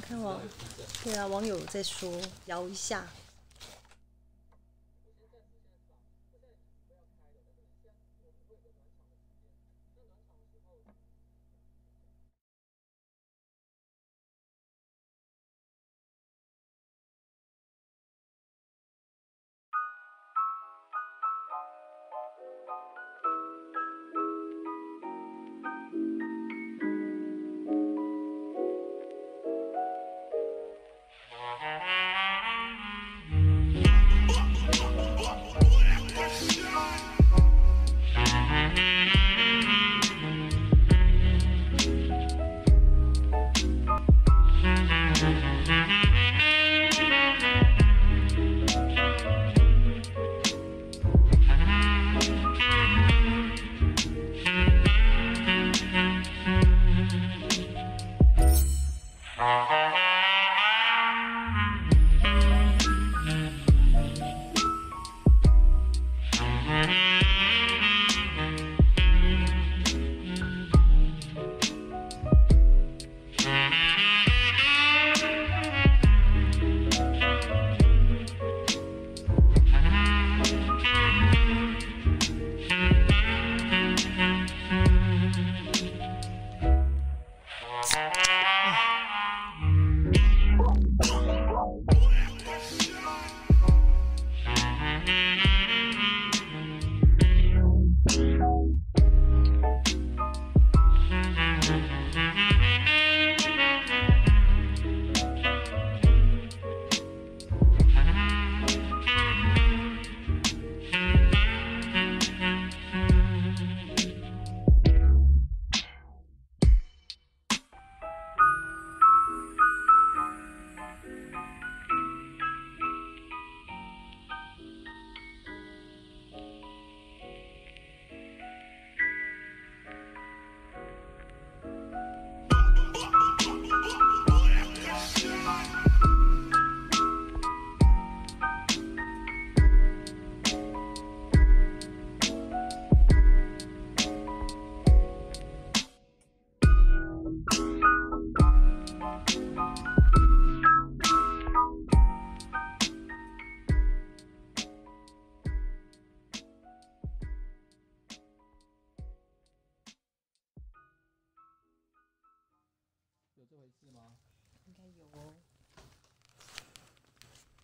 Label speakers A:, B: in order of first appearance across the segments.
A: 看网，对啊，网友在说摇一下。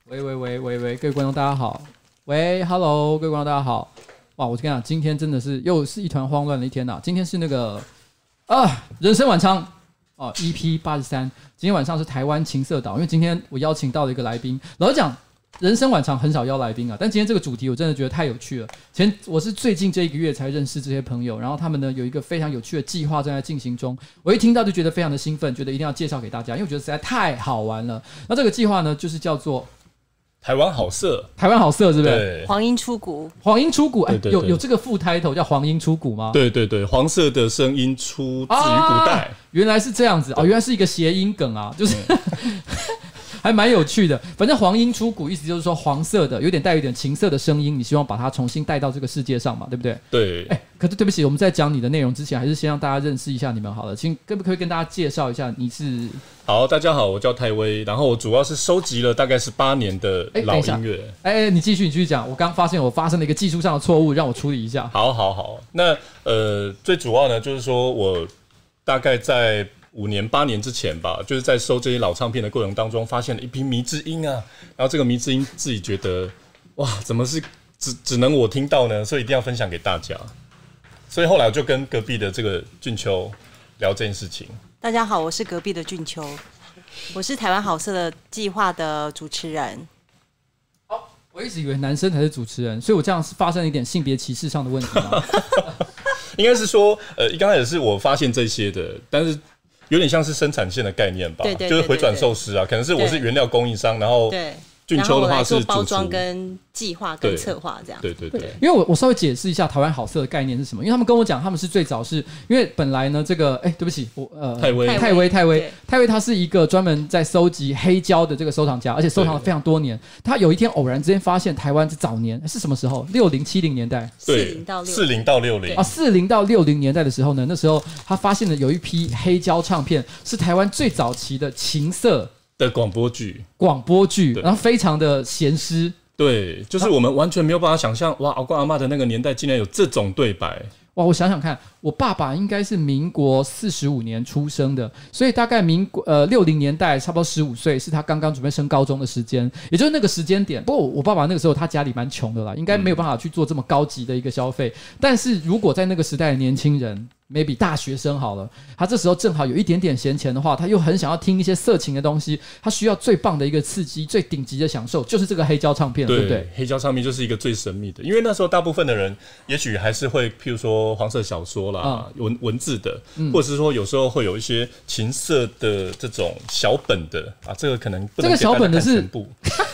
B: 喂喂喂喂喂，各位观众大家好，喂，Hello，各位观众大家好，哇，我跟你讲，今天真的是又是一团慌乱的一天呐、今天是那个啊，人生晚餐哦，EP 八十三，今天晚上是台湾情色岛，因为今天我邀请到了一个来宾，老实讲。人生晚场很少邀来宾啊，但今天这个主题我真的觉得太有趣了。前我是最近这一个月才认识这些朋友，然后他们呢有一个非常有趣的计划正在进行中。我一听到就觉得非常的兴奋，觉得一定要介绍给大家，因为我觉得实在太好玩了。那这个计划呢，就是叫做
C: 台湾好色，
B: 台湾好色，是不是？
C: 对
A: 黄莺出谷，
B: 黄莺出谷，哎、
C: 对对
B: 有
C: 对
B: 有这个副 title 叫黄莺出谷吗？，
C: 对对对，黄色的声音出自于古代，
B: 原来是这样子哦，原来是一个谐音梗啊，就是、 还蛮有趣的。反正黄莺出谷意思就是说黄色的，有点带有点情色的声音，你希望把它重新带到这个世界上嘛，对不对？
C: 对，
B: 哎、可是对不起，我们在讲你的内容之前，还是先让大家认识一下你们好了。请可不可以跟大家介绍一下你是？
C: 好，大家好，我叫泰威，然后我主要是收集了大概是八年的
B: 哎
C: 老
B: 等一下
C: 音乐。
B: 哎、哎，你继续，你继续讲。我刚发现我发生了一个技术上的错误，让我处理一下。
C: 好好好，那呃，最主要呢，就是说我大概在五年八年之前吧，就是在收这些老唱片的过程当中，发现了一批迷之音啊，然后这个迷之音自己觉得哇，怎么是只只能我听到呢？所以一定要分享给大家。所以后来我就跟隔壁的这个俊秋聊这件事情。
A: 大家好，我是隔壁的俊秋，我是台湾好色的计划的主持人。
B: 我一直以为男生才是主持人，所以我这样是发生了一点性别歧视上的问题吗？
C: 应该是说，呃，一刚开始是我发现这些的，但是有点像是生产线的概念吧，
A: 对对对
C: 就是回转寿司啊，可能是我是原料供应商，然后
A: 对，
C: 俊
A: 然后
C: 秋
A: 我
C: 的
A: 来
C: 话
A: 做
C: 是
A: 包
C: 主
A: 装
C: 厨，
A: 跟计划跟
C: 对
A: 策划这样。
C: 对对对，
B: 因为我我稍微解释一下台湾好色的概念是什么，因为他们跟我讲，他们是最早是因为本来呢，这个哎、对不起，我呃，
C: 嗯太威
A: 太
B: 泰威，泰威
A: 对，
B: 泰威，他是一个专门在搜集黑胶的这个收藏家，而且收藏了非常多年。他有一天偶然之间发现，台湾是早年哎是什么时候？六零七零年代
A: 四
C: 对
A: 零到六
C: 四零到六零
B: 啊，，四零到六零年代的时候呢，那时候他发现了有一批黑胶唱片是台湾最早期的情色
C: 的广播剧。
B: 广播剧，
C: 对
B: 然后非常的咸湿。
C: 对，就是我们完全没有办法想象，哇，阿公阿妈的那个年代竟然有这种对白，
B: 哇，我想想看，我爸爸应该是民国四十五年出生的，所以大概民国呃六零年代，差不多十五岁是他刚刚准备升高中的时间，也就是那个时间点。不过我爸爸那个时候他家里蛮穷的啦，应该
C: 嗯
B: 没有办法去做这么高级的一个消费。但是如果在那个时代的年轻人，maybe 大学生好了，他这时候正好有一点点闲钱的话，他又很想要听一些色情的东西，他需要最棒的一个刺激、最顶级的享受，就是这个黑胶唱片了，对不对？
C: 黑胶唱片就是一个最神秘的，因为那时候大部分的人也许还是会，譬如说黄色小说啦，
B: 啊嗯
C: 文文字的，或者是说有时候会有一些情色的这种小本的啊，这个可能不能
B: 这个小本的
C: 给大家看
B: 是
C: 全部，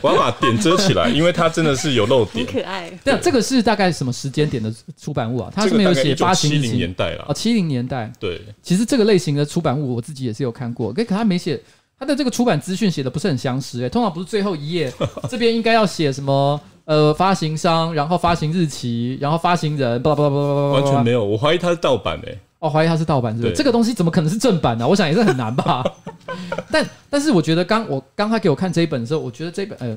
C: 我要把点遮起来，因为它真的是有漏
A: 很
C: 点。
A: 可爱。
B: 那这个是大概什么时间点的出版物啊？他
C: 这
B: 是
C: 个
B: 没有
C: 大概
B: 写
C: 一九
B: 八
C: 七
B: 日
C: 零
B: 期
C: 年代啦
B: 哦，，七零年代。
C: 对，
B: 其实这个类型的出版物，我自己也是有看过，可可他没写他的这个出版资讯写的不是很详实、欸，通常不是最后一页，这边应该要写什么呃发行商，然后发行日期，然后发行人，巴拉巴拉巴拉巴拉，
C: 完全没
B: 有。
C: 有，我怀疑它是盗版欸诶、
B: 哦，怀疑它是盗版，是不是？
C: 对
B: 这个东西怎么可能是正版啊呢、我想也是很难吧。 但但是我觉得刚我刚他给我看这一本的时候，我觉得这本呃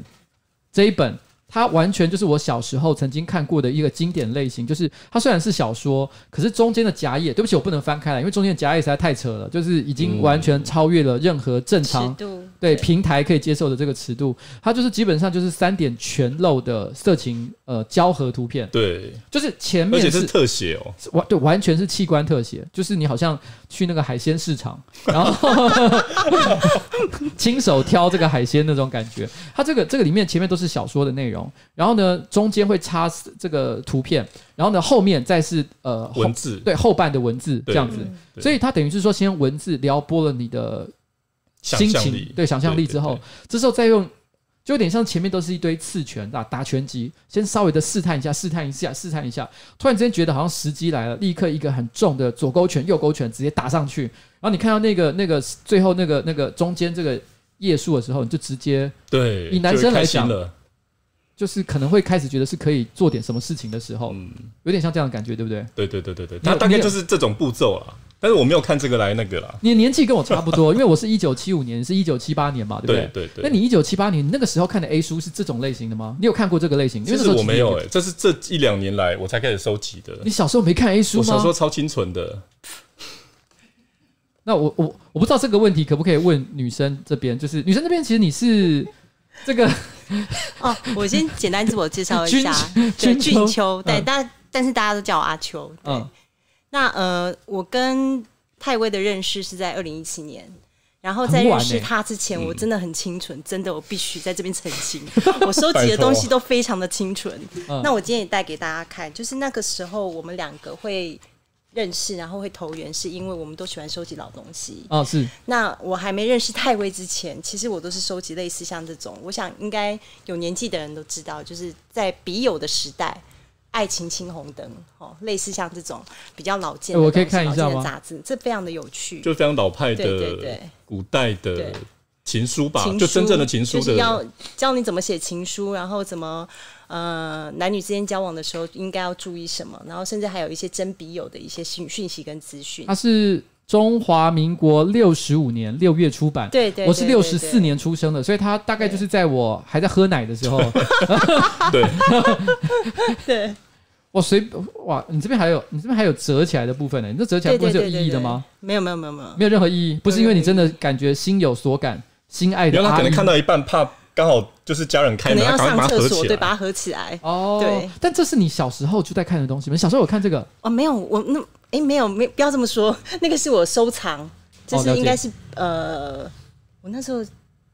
B: 这一本它完全就是我小时候曾经看过的一个经典类型，就是它虽然是小说，可是中间的夹页，对不起，我不能翻开来，因为中间的夹页实在太扯了，就是已经完全超越了任何正
A: 尺
B: 常、
A: 度
B: 对平台可以接受的这个尺度。它就是基本上就是三点全露的色情呃胶合图片，
C: 对，
B: 就是前
C: 而且
B: 面
C: 是
B: 是
C: 特写哦、
B: 是完对，完全是器官特写，就是你好像去那个海鲜市场，然后 亲手挑这个海鲜那种感觉。它这个这个里面前面都是小说的内容，然后呢中间会插这个图片，然后呢后面再是呃后
C: 文字
B: 对后半的文字这
C: 对
B: 样子，
C: 嗯对
B: 所以它等于是说先文字撩拨了你的
C: 想
B: 心
C: 象
B: 情
C: 力，
B: 对想象力
C: 对
B: 之后，这时候再用，就有点像前面都是一堆刺拳打打拳击，先稍微的试探一下，试探一下，试探一下，突然之间觉得好像时机来了，立刻一个很重的左勾拳、右勾拳直接打上去，然后你看到那个那个最后那个那个中间这个页数的时候，你就直接
C: 对，
B: 以男
C: 就会
B: 生来
C: 开心
B: 讲
C: 了，
B: 就是可能会开始觉得是可以做点什么事情的时候，
C: 嗯。
B: 有点像这样的感觉，对不对？
C: 对对对对对，
B: 你有
C: 他大概
B: 你有
C: 就是这种步骤啦。但是我没有看这个来那个啦。
B: 你的年纪跟我差不多，因为我是一九七五年，是一九七八年嘛，对不
C: 对
B: 对？
C: 对对，
B: 那你一九七八年你那个时候看的 A 书是这种类型的吗？你有看过这个类型？因为那
C: 其实
B: 时候
C: 我没有
B: 其实
C: 哎、这是这一两年来我才开始收集的。
B: 你小时候没看 A 书
C: 我
B: 吗？
C: 小时候超清纯的，
B: 那我我我不知道这个问题可不可以问女生这边，就是女生这边其实你是这 个
A: 哦，我先简单自我介绍一
B: 君
A: 下，对
B: 君秋
A: 俊秋，对，
B: 嗯
A: 但但是大家都叫我阿秋。对，
B: 嗯
A: 那呃，我跟泰威的认识是在二零一七年，然后在
B: 很晚
A: 认识
B: 欸
A: 他之前，
C: 嗯
A: 我真的很清纯，真的，我必须在这边澄 清，我收集的东西都非常的清纯。
B: 嗯
A: 那我今天也带给大家看，就是那个时候我们两个会认识，然后会投缘，是因为我们都喜欢收集老东西。
B: 啊是
A: 那我还没认识泰威之前，其实我都是收集类似像这种，我想应该有年纪的人都知道，就是在笔友的时代，爱情青红灯哦，类似像这种比较老见的
B: 呃我
A: 东西、
B: 可以看一下
A: 老
B: 吗
A: 见的杂志，这非常的有趣。
C: 就非常老派
A: 对对
C: 的
A: 对，
C: 古代的
A: 对
C: 情书吧
A: 情，书
C: 就真正的情书
A: 就是要
C: 的。
A: 教你怎么写情书，然后怎么呃男女之间交往的时候应该要注意什么，然后甚至还有一些真笔友的一些讯讯息跟资讯
B: 它。是中华民国六十五年六月出版。
A: 对对，
B: 我是
A: 对
B: 六十四，年出生的，所以他大概就是在我还在喝奶的时候，
C: 对，
A: 对对
B: 我随哇，你这边还有你这边还有折起来的部分呢，你这折起来
A: 对
B: 的部分
A: 对
B: 是有
A: 对
B: 意义的吗？？
A: 对对没有没有没有没有，
B: 没有任何意义，不是因为你真的感觉心有所感，心爱的
C: 然后他
B: 阿
C: 可能
B: 姨
C: 看到一半，怕刚好就是家人开
A: 可
C: 门，
A: 能要
C: 他哎
A: 上
C: 赶快把它
A: 厕
C: 合
A: 所，
C: 起
A: 对，
C: 来。
A: 把它合起来。
B: 哦，
A: 对
B: 但这是你小时候就在看的东西吗？你小时候有看这个
A: 哦，没有，我那哎、没有，没不要这么说，那个是我收藏，就
B: 哦了
A: 是
B: 解
A: 应该是、呃，我那时候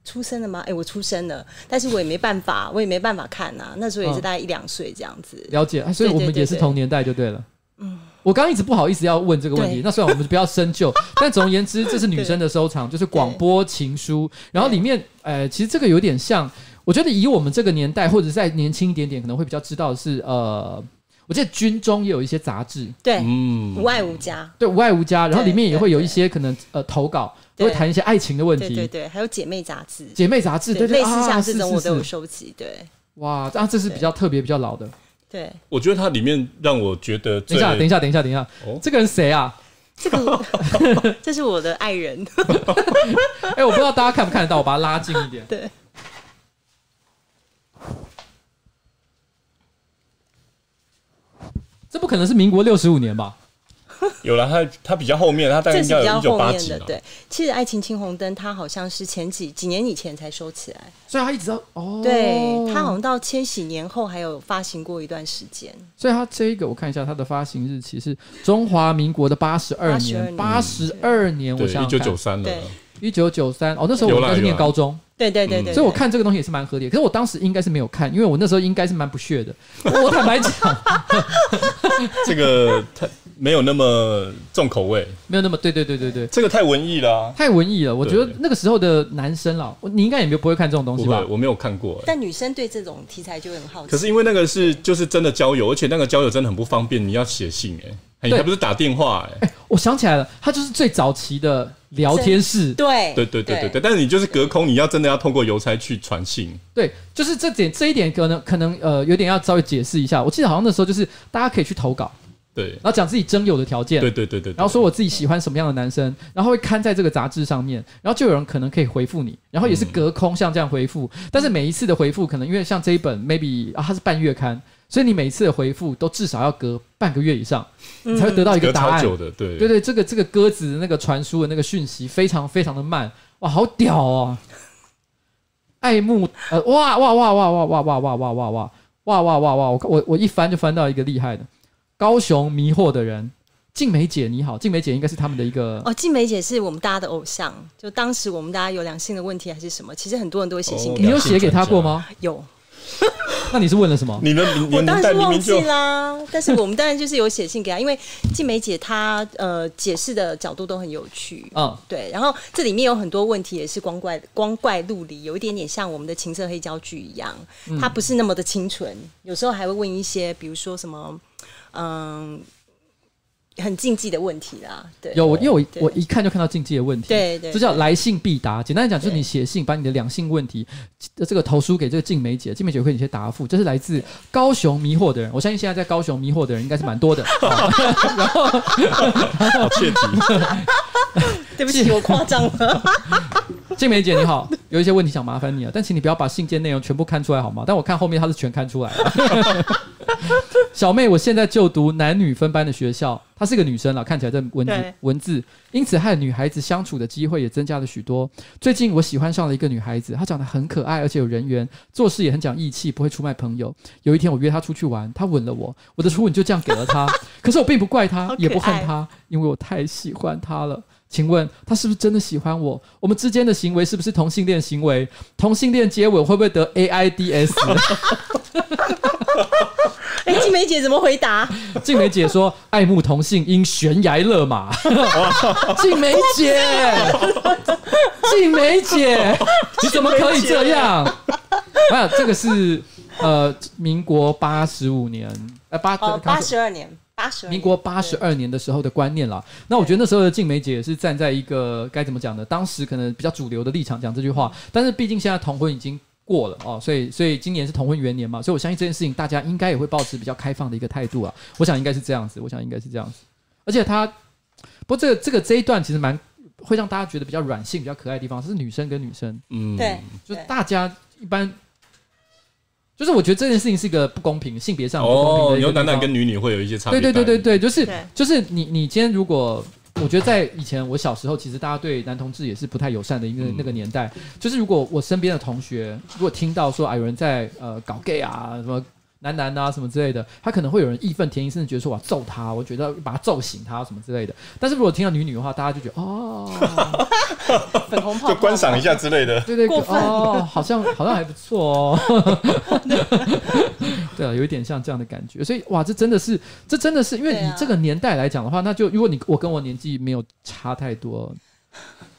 A: 出生了吗？哎、我出生了，但是我也没办法，我也没办法看啊，那时候也是
B: 嗯
A: 大概一两岁这样子。
B: 了解，啊所以
A: 对
B: 我们
A: 对对
B: 也是
A: 对
B: 同年代就对了。嗯，我刚刚一直不好意思要问这个问题
A: 对，
B: 那虽然我们不要 深究，但总而言之，这是女生的收藏，就是广播情书，然后里面，呃，其实这个有点像，我觉得以我们这个年代或者再年轻一点点，可能会比较知道的是，呃，我记得军中也有一些杂志，
A: 对，无
C: 嗯，
A: 爱无家，
B: 对，无爱无家，然后里面也会有一些可能呃投稿，都会
A: 对
B: 谈一些爱情的问
A: 对对
B: 题，
A: 对，还有姐妹杂志，
B: 嗯姐妹杂志，对对，
A: 类似
B: 啊
A: 像
B: 是
A: 这种
B: 是
A: 我都有
B: 是
A: 收集，对
B: 哇，啊，这是比较特别、比较老的。
A: 对。
C: 我觉得它里面让我觉得
B: 等
C: 最
B: 一下，等一下，等一下，等一下，
C: 哦
B: 这个人谁啊？
A: 这个这是我的爱人，
B: 哎、我不知道大家看不看得到，我把它拉近一点。
A: 对，
B: 这不可能是民国六十五年吧？
C: 有了它，它比较后面，它大
A: 这
C: 概应
A: 是
C: 该
A: 比
C: 有
A: 较
C: 一九
A: 后
C: 八
A: 面
C: 几
A: 的。
C: 了。
A: 对，其实《爱情青红灯》它好像是前几几年以前才收起来，
B: 所以他一直到哦，
A: 对，它好像到千禧年后还有发行过一段时间。
B: 所以它这个我看一下，它的发行日期是中华民国的八十二年，八十二年，我
C: 对，
B: 想
C: 一九九三了
A: 对。
B: 一九九三哦，那时候我
C: 有
B: 应
C: 啦
B: 该是念
C: 有啦
B: 高中，
A: 对对对
C: 嗯
A: 对，
B: 所以我
A: 对
B: 看这个东西也是蛮合理的。可是我当时应该是没有看，因为我那时候应该是蛮不屑的。我我坦白讲，
C: 这个它没有那么重口味，
B: 没有那么对对对对对，
C: 这个太文艺了啊、
B: 太文艺了。我觉得
C: 对
B: 那个时候的男生啦，我你应该也没有不会看这种东
C: 不
B: 西
C: 会
B: 吧，？
C: 我没有看过、欸。
A: 但女生对这种题材就会很好奇。
C: 可是因为那个是就是真的交友，而且那个交友真的很不方便，你要写信哎、欸，你还不是打电话哎、
B: 哎，我想起来了，他就是最早期的聊天室，
A: 对
C: 对对对对对，但是你就是隔空，你要真的要通过邮差去传信，
B: 对，就是这点这一点可能可能呃有点要稍微解释一下。我记得好像那时候就是大家可以去投稿，
C: 对
B: 然后讲自己征友的条件，
C: 对对对对，
B: 然后说我自己喜欢什么样的男生，然后会刊在这个杂志上面，然后就有人可能可以回复你，然后也
C: 嗯
B: 是隔空像这样回复，但是每一次的回复可能因为像这一本 maybe 啊它是半月刊，所以你每一次的回复都至少要隔半个月以上，你才会得到一
C: 隔
B: 个答
C: 超
B: 案。
C: 久的，对
B: 对对，这个这个鸽子的那个传输的那个讯息非常非常的慢，哇，好屌哦！爱慕呃，哇哇哇哇哇哇哇哇哇哇哇哇哇哇哇！我我我一翻就翻到一个厉害的，高雄迷惑的人，静梅姐你好，静梅姐应该是他们的一个
A: 哦，静梅姐是我们大家的偶像，就当时我们大家有两性的问题还是什么，其实很多人都会写信给
B: 你
A: 她。
C: 哦
B: 有写给他过吗？
A: 有，
B: 那你是问了什么？
C: 你的明
A: 我
C: 年
A: 当然
C: 年代
A: 是
C: 明
A: 忘
C: 明
A: 记
C: 就
A: 啦，但是我们当然就是有写信给她，因为静梅姐她呃解释的角度都很有趣。
B: 嗯，
A: 对，然后这里面有很多问题，也是光怪光怪陆离，有一点点像我们的情色黑胶剧一样，
B: 嗯
A: 它不是那么的清纯，有时候还会问一些，比如说什么，嗯，很禁忌的问题啦。对，
B: 有，我因为我一
A: 对
B: 我一看就看到境界的问题，
A: 对对
B: 这叫来信必答。简单来讲，就是
A: 对
B: 你写信把你的两性问题，呃这个投书给这个静梅姐，静梅姐会有一些答复。这是来自高雄迷惑的人，我相信现在在高雄迷惑的人应该是蛮 多的。
C: 好切题，
A: 对不起，我夸张了。
B: 静梅姐你好，有一些问题想麻烦你了，但请你不要把信件内容全部看出来好吗？但我看后面她是全看出来了。 小妹，我现在就读男女分班的学校，她是个女生了，看起来这文字
A: 对
B: 文字，因此和女孩子相处的机会也增加了许多。最近我喜欢上了一个女孩子，她长得很可爱，而且有人缘，做事也很讲义气，不会出卖朋友。有一天我约她出去玩，她吻了我，我的初吻就这样给了 她。可是我并不怪她
A: 好，可
B: 也不恨
A: 爱
B: 她，因为我太喜欢她了。请问她是不是真的喜欢我？我们之间的行为是不是同性恋行为？同性恋接吻会不会得 AIDS？
A: 哎、静梅姐怎么回 答？
B: 静梅姐说：“爱慕同性因悬崖勒马。”静梅姐，静梅姐，你怎么可以这样？没有，这个是呃，民国八十五年，呃八
A: 哦，
B: 刚
A: 八
B: 刚
A: 十二年，八十二，
B: 民国八十二年的时候的观念啦。那我觉得那时候的静梅姐也是站在一个该怎么讲呢？当时可能比较主流的立场讲这句话，但是毕竟现在同婚已经。过了哦，所以所以今年是同婚元年嘛，所以我相信这件事情大家应该也会保持比较开放的一个态度啊。我想应该是这样子，我想应该是这样子。而且他，不过这个这个这一段其实蛮会让大家觉得比较软性、比较可爱的地方，这是女生跟女生，
C: 嗯，
A: 对，
B: 就
A: 对
B: 大家一般，就是我觉得这件事情是一个不公平，性别上不公平
C: 哦，
B: 的一个地
C: 有
B: 方。
C: 男男跟女女会有一些差别
B: 对
C: 待遇，
B: 对对对对，就是
A: 对
B: 就是你你今天如果。我觉得在以前，我小时候其实大家对男同志也是不太友善的，因为
C: 嗯
B: 那个年代，就是如果我身边的同学如果听到说啊有人在呃搞 gay 啊什么男男啊什么之类的，他可能会有人义愤填膺，甚至觉得说我要揍他，我觉得要把他揍醒他什么之类的。但是如果听到女女的话，大家就觉得哦，
A: 粉红泡
C: 就观赏一下之类的。
B: 对对，
A: 过分
B: 哦，好像好像还不错哦。 对啊，有一点像这样的感觉，所以哇，这真的是，这真的是，因为
A: 对
B: 以
A: 啊
B: 这个年代来讲的话，那就如果你我跟我年纪没有差太多，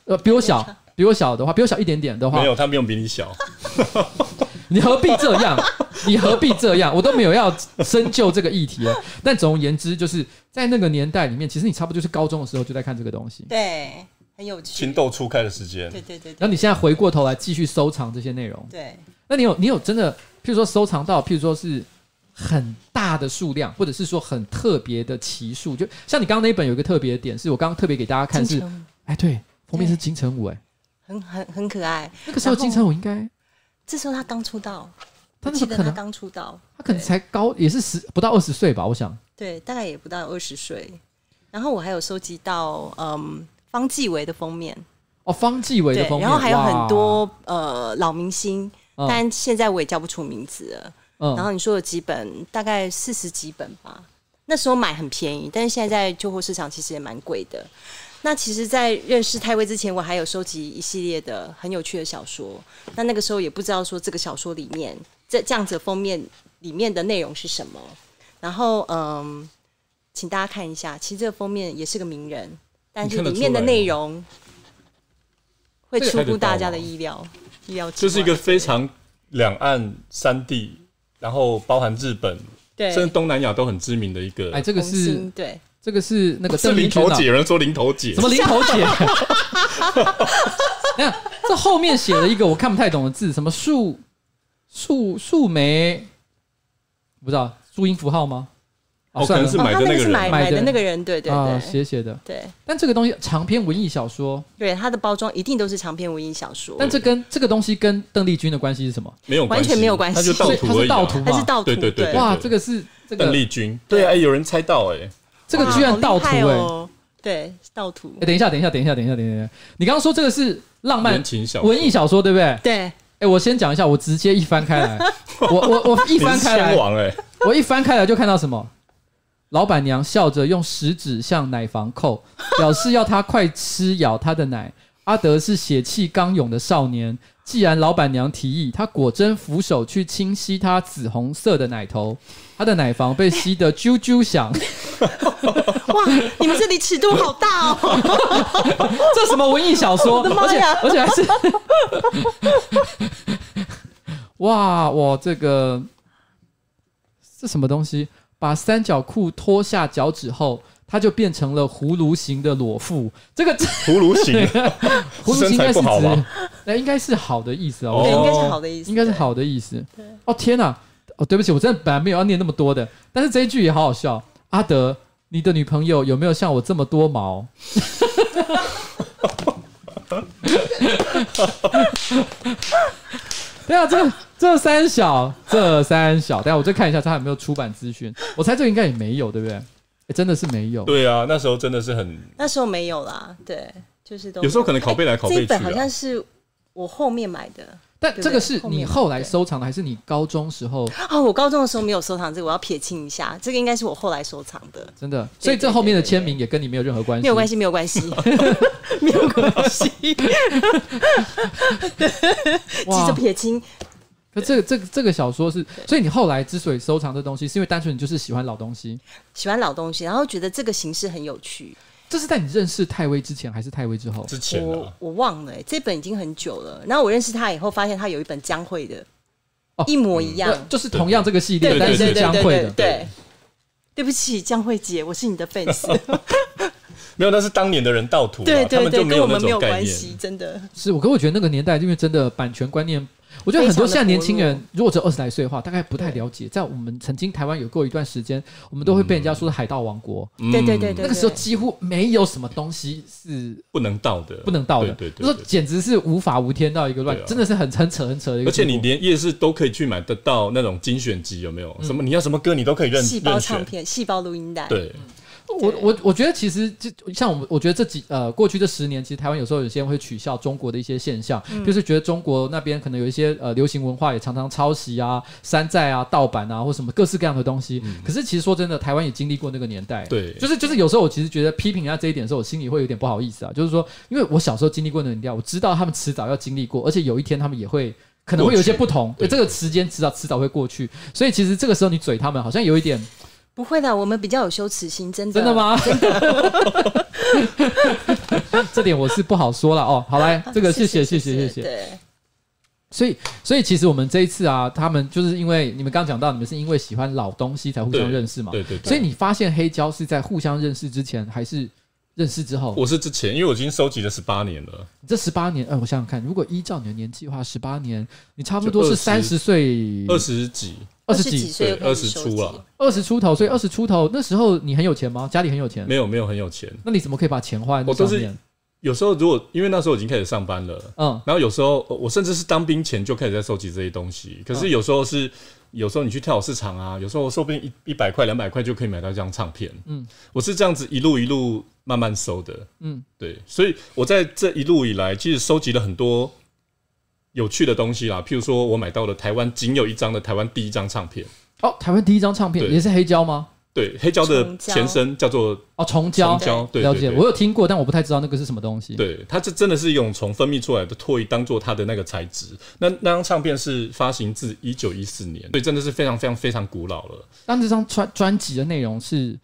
B: 呃，比我小，比我小的话，比我小一点点的话
C: 没，有，他没有比你小，
B: 你何必这样？ 你何必这样？我都没有要深究这个议题了。但总而言之，就是在那个年代里面，其实你差不多就是高中的时候就在看这个东西，
A: 对，很有趣。
C: 情窦初开的时间，
A: 对对对
B: 然
A: 对
B: 后你现在回过头来继续收藏这些内容，
A: 对，
B: 那你有你有真的，譬如说收藏到，譬如说是很大的数量，或者是说很特别的奇数。就像你刚刚那一本有一个特别的点，是我刚刚特别给大家看
A: 金
B: 是，
A: 城
B: 哎，对，封面是金城武，哎，
A: 很很很可爱。
B: 那个时候
A: 然后
B: 金城武应该
A: 这时候他刚出道，
B: 他
A: 我
B: 那
A: 记
B: 时候
A: 得
B: 可
A: 他
B: 能
A: 刚出道，
B: 他可能才高也是十不到二十岁吧，我想。
A: 对，大概也不到二十岁。然后我还有收集到嗯方季韦的封面，
B: 哦，方季韦的
A: 对
B: 封，面，
A: 然后还有很
B: 哇，
A: 多呃老明星，
B: 嗯
A: 但现在我也叫不出名字了。
B: 嗯
A: 然后你说有几本，大概四十几本吧。那时候买很便宜，但是现在在旧货市场其实也蛮贵的。那其实，在认识太尉之前，我还有收集一系列的很有趣的小说。那那个时候也不知道说这个小说里面这这样子的封面里面的内容是什么。然后，嗯，请大家看一下，其实这个封面也是个名人，但是
C: 你看得
A: 里面的
C: 出来吗
A: 内容会
C: 这个
A: 出
C: 看得
A: 乎大
C: 到
A: 家的
C: 吗
A: 意料，意料之
C: 啊这是一个
A: 外
C: 非常两岸三地，然后包含日本，
A: 对
C: 甚至东南亚都很知名的一个。
B: 哎，这个
A: 红星
B: 是
A: 对。
B: 这个是那个
C: 是
B: 邓丽
C: 零
B: 君
C: 头
B: 啊
C: 姐，有人说零头姐
B: 什，么林头姐？那这后面写了一个我看不太懂的字，什么树树树莓，不知道注音符号吗？啊
C: 哦
B: 算了
C: 可能
A: 哦，
C: 是
A: 他
C: 买的
A: 那
C: 那个
A: 是
C: 人
A: 买
B: 买
A: 买
B: 的
A: 的那个人，对对
B: 啊
A: 对
B: 写写的。
A: 对
B: 但这个东西长篇文艺小说，
A: 对，它的包装一定都是长篇文艺小说，
B: 但这跟这个东西跟邓丽君的关系是什么？
C: 没有关系
A: 完全没有关系
C: 他就盗
B: 所以
C: 图而
B: 他
C: 已、
B: 是
C: 啊。
B: 盗图
A: 它是
B: 嘛？
A: 盗图，
C: 对对对对
B: 哇，这个是这
C: 邓
B: 个
C: 丽君，对啊，哎有人猜到哎、
B: 这个居然盗图哎、
A: 哇好厉害哦对，盗图
B: 哎，等一下，等一下，等一下，等一下，等一下等一下，你刚刚说这个是浪漫
C: 言情小说
B: 文艺小说，对不对？
A: 对，
B: 哎、我先讲一下，我直接一翻开来，我我我一
C: 你
B: 翻
C: 是
B: 开
C: 天
B: 来，
C: 王哎、
B: 我一翻开来就看到什么？老板娘笑着用食指向奶房扣，表示要他快吃咬他的奶。阿德是血气刚勇的少年，既然老板娘提议，他果真俯首去清吸他紫红色的奶头，他的奶房被吸得啾啾响。
A: 哇，你们这里尺度好大哦，
B: 这什么文艺小说？
A: 的妈
B: 而且
A: 呀
B: 而 且还是，哇哇，这个是什么东西？把三角裤脱下脚趾后，它就变成了葫芦形的裸腹。这个
C: 葫芦形
B: 啊葫芦形应该
C: 身材
B: 是
C: 不好
B: 指
C: 吗，
B: 那应该是好的意思哦。我
A: 对，
B: 想
A: 应该
C: 哦
A: 是好的意思，
B: 应该是好的意思。哦天哪、哦对不起，我真的本来没有要念那么多的，但是这一句也好好笑。阿德，你的女朋友有没有像我这么多毛？ 对啊，这这三小，这三小，等一下我再看一下他有没有出版资讯。我猜这个应该也没有，对不对？诶真的是没有。
C: 对啊，那时候真的是很，
A: 那时候没有啦，对，就是都哎
C: 有时候可能拷贝来拷
A: 这
C: 贝
A: 一
C: 去、
A: 本好像
C: 啊。
A: 是我后面买的
B: 但这个是
A: 对对后面
B: 你后来收藏的，还是你高中时候
A: 哦，我高中的时候没有收藏这个，我要撇清一下，这个应该是我后来收藏的，
B: 真的？
A: 对
B: 所以这后面的
A: 对对
B: 签名也跟你没有任何关系。
A: 没有关系，没有关 系，没有关 系，
B: 哇
A: 记着撇清，
B: 可这个这个这个小说是，所以你后来之所以收藏这东西，是因为单纯你就是喜欢老东西。
A: 喜欢老东西，然后觉得这个形式很有趣，
B: 这是在你认识太微之前，还是太微之后？
C: 之前
A: 我
C: 啊，
A: 我忘了、欸，这本已经很久了。然后我认识他以后，发现他有一本江蕙的，
B: 哦
A: 一模一样
B: 呃。就是同样这个系列，
C: 对
B: 但
C: 对
B: 是江
A: 对
B: 蕙
A: 对
B: 的。
A: 对。对不起，江蕙姐，我是你的粉丝。
C: 没有，那是当年的人盗图、啊，
A: 对
C: 他
A: 对
C: 们就
A: 对，
C: 没
A: 跟我
C: 那
A: 们没
C: 种
A: 有
C: 概
A: 关
C: 念。
A: 系，真的。
B: 是我，可我觉得那个年代，因为真的版权观念，我觉得很多
A: 非常地
B: 现在年轻人
A: 薄，
B: 如果只有二十来岁的话，大概不太了解。在我们曾经台湾有过一段时间，我们都会被人家说是海盗王国，
C: 嗯
A: 对对对对
B: 那个时候几乎没有什么东西是
C: 不能盗的，
B: 不能盗的，
C: 对对
B: 那时
C: 对
B: 候简直是无法无天到一个乱，
C: 对啊
B: 真的是很很扯很扯的一个
C: 而
B: 地
C: 且
B: 步。
C: 你连夜市都可以去买得到那种精选集，有没有？
B: 嗯
C: 什么你要什么歌，你都可以认
A: 细胞
C: 认
A: 唱
C: 选。
A: 片、细胞录音带，
C: 对，
B: 我我我觉得其实就像我们，我觉得这几呃过去这十年，其实台湾有时候有些人会取笑中国的一些现象，
C: 嗯
B: 就是觉得中国那边可能有一些呃流行文化也常常抄袭啊、山寨啊、盗版啊或什么各式各样的东西。可是其实说真的，台湾也经历过那个年代，
C: 嗯对
B: 就是就是有时候我其实觉得批评人家这一点的时候，我心里会有点不好意思啊，就是说因为我小时候经历过那个年代，我知道他们迟早要经历过，而且有一天他们也会。可能会有一些不同，对
C: 对
B: 这个时间迟早迟早会过去，所以其实这个时候你嘴他们好像有一点
A: 不会的，我们比较有羞耻心，真的。
B: 真的？吗？ 这点我是不好说了哦。好来，这个谢谢谢谢谢谢。
A: 对，
B: 所以所以其实我们这一次啊，他们就是因为你们刚讲到，你们是因为喜欢老东西才互相
C: 对
B: 认识嘛。
C: 对对对
B: 所以你发现黑胶是在互相认识之前，还是认识之后？
C: 我是之前，因为我已经收集了十八年了，
B: 你这十八年，嗯、我想想看，如果依照你的年纪的话，十八年，你差不多
C: 就是20
B: 三十岁，
C: 二十几，
B: 二
A: 十
B: 十啊几
A: 几岁
C: 对
A: 就，开
C: 二
A: 始
C: 十
A: 收
C: 出
A: 集
C: 了，
B: 二十出头，所以二十出头那时候你很有钱吗？家里很有钱
C: 没？有没有很有钱。
B: 那你怎么可以把钱花在那
C: 我都
B: 上
C: 是
B: 面？
C: 有时候如果因为那时候已经开始上班了，
B: 嗯，
C: 然后有时候呃我甚至是当兵前就开始在收集这些东西，可是有时候是。有时候你去跳蚤市场啊，有时候说不定一一百块、两百块就可以买到一张唱片。
B: 嗯
C: 嗯，我是这样子一路一路慢慢收的。
B: 嗯
C: 嗯，对，所以我在这一路以来，其实收集了很多有趣的东西啦。譬如说我买到了台湾仅有一张的台湾第一张唱片，
B: 哦，台湾第一张唱片
C: 对
B: 也是黑胶吗？
C: 对，黑胶的
A: 重胶
C: 前身叫做
B: 哦，重胶
C: 重，胶。对，
B: 了
C: 对
B: 解，
C: 对
B: 我有听过，但我不太知道那个是什么东西。，
C: 对，它这真的是一种从分泌出来的唾液当做它的那个材质。那那张唱片是发行自一九一四年，所以真的是非常非常非常古老了。
B: 但这张专专辑的内容是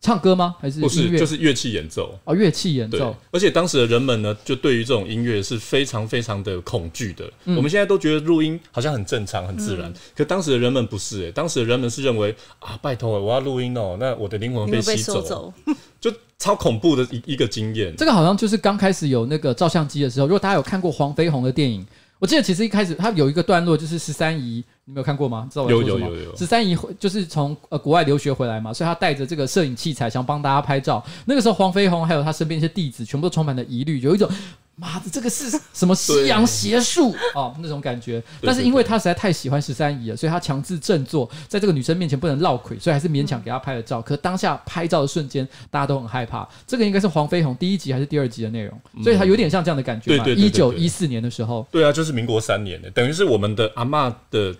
B: 唱歌吗？还是
C: 不
B: 嗯音
C: 是，
B: 乐？
C: 就是乐器演奏。
B: 哦，乐器演
C: 对
B: 奏。，
C: 而且当时的人们呢，就对于这种音乐是非常非常的恐惧的。
B: 嗯
C: 我们现在都觉得录音好像很正常、很自然，可当时的人们不是、欸，当时的人们是认为啊，拜托、我要录音哦、那我的灵魂
A: 你有被
C: 吸
A: 收走？
C: 就超恐怖的一一个经验。
B: 这个好像就是刚开始有那个照相机的时候，如果大家有看过黄飞鸿的电影，我记得其实一开始他有一个段落就是十三姨，你没有看过吗？知道我在
C: 有
B: 说什
C: 有
B: 么
C: 有有
B: 十三姨回就是从呃国外留学回来嘛，所以她带着这个摄影器材想帮大家拍照。那个时候黄飞鸿还有他身边一些弟子，全部都充满了疑虑，有一种。妈的，这个是什么西洋邪 术哦，那种感觉。但是因为他实在太喜欢十三姨了，所以他强制振作，在这个女生面前不能落魁，所以还是勉强给她拍了照。可当下拍照的瞬间，大家都很害怕。这个应该是黄飞鸿第一集还是第二集的内容，所以他有点像这样的感觉嘛。
C: 嗯对
B: 一
C: 对对
B: 九
C: 对对
B: 一四年的时候，
C: 对啊，就是民国三年的，等于是我们的阿嬷的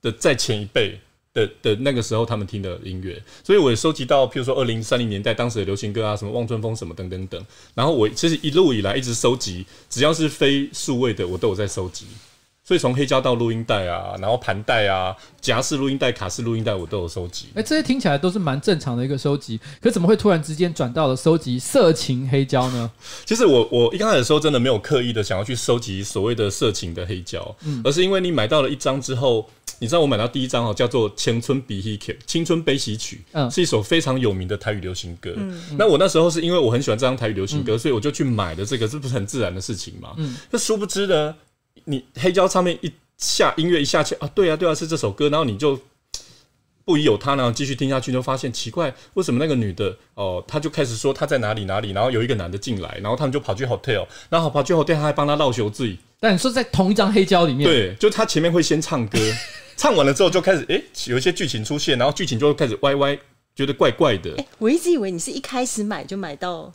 C: 的在前一辈的的那个时候他们听的音乐，所以我也收集到，譬如说二零三零年代当时的流行歌啊，什么《望春风》什么等等等。然后我其实一路以来一直收集，只要是非数位的，我都有在收集。所以从黑胶到录音带啊，然后盘带啊、夹式录音带、卡式录音带，我都有收集。
B: 哎、这些听起来都是蛮正常的一个收集，可怎么会突然之间转到了收集色情黑胶呢？
C: 其实我我一开始的时候真的没有刻意的想要去收集所谓的色情的黑胶，而是因为你买到了一张之后，你知道我买到第一张哦，叫做《青春悲喜曲》，《青春悲喜曲》
B: 嗯
C: 是一首非常有名的台语流行歌。那我那时候是因为我很喜欢这张台语流行歌，所以我就去买的这个，这不是很自然的事情嘛？那殊不知呢，你黑胶上面一下音乐一下去啊，对啊对啊是这首歌，然后你就不疑有他，然后继续听下去，就发现奇怪，为什么那个女的哦、她就开始说她在哪里哪里，然后有一个男的进来，然后他们就跑去 hotel，然后跑去 hotel，他还帮她绕球 自己，
B: 但你说在同一张黑胶里面，
C: 对，就他前面会先唱歌，唱完了之后就开始诶、有一些剧情出现，然后剧情就开始歪歪，觉得怪怪的。
A: 哎我一直以为你是一开始买就买到，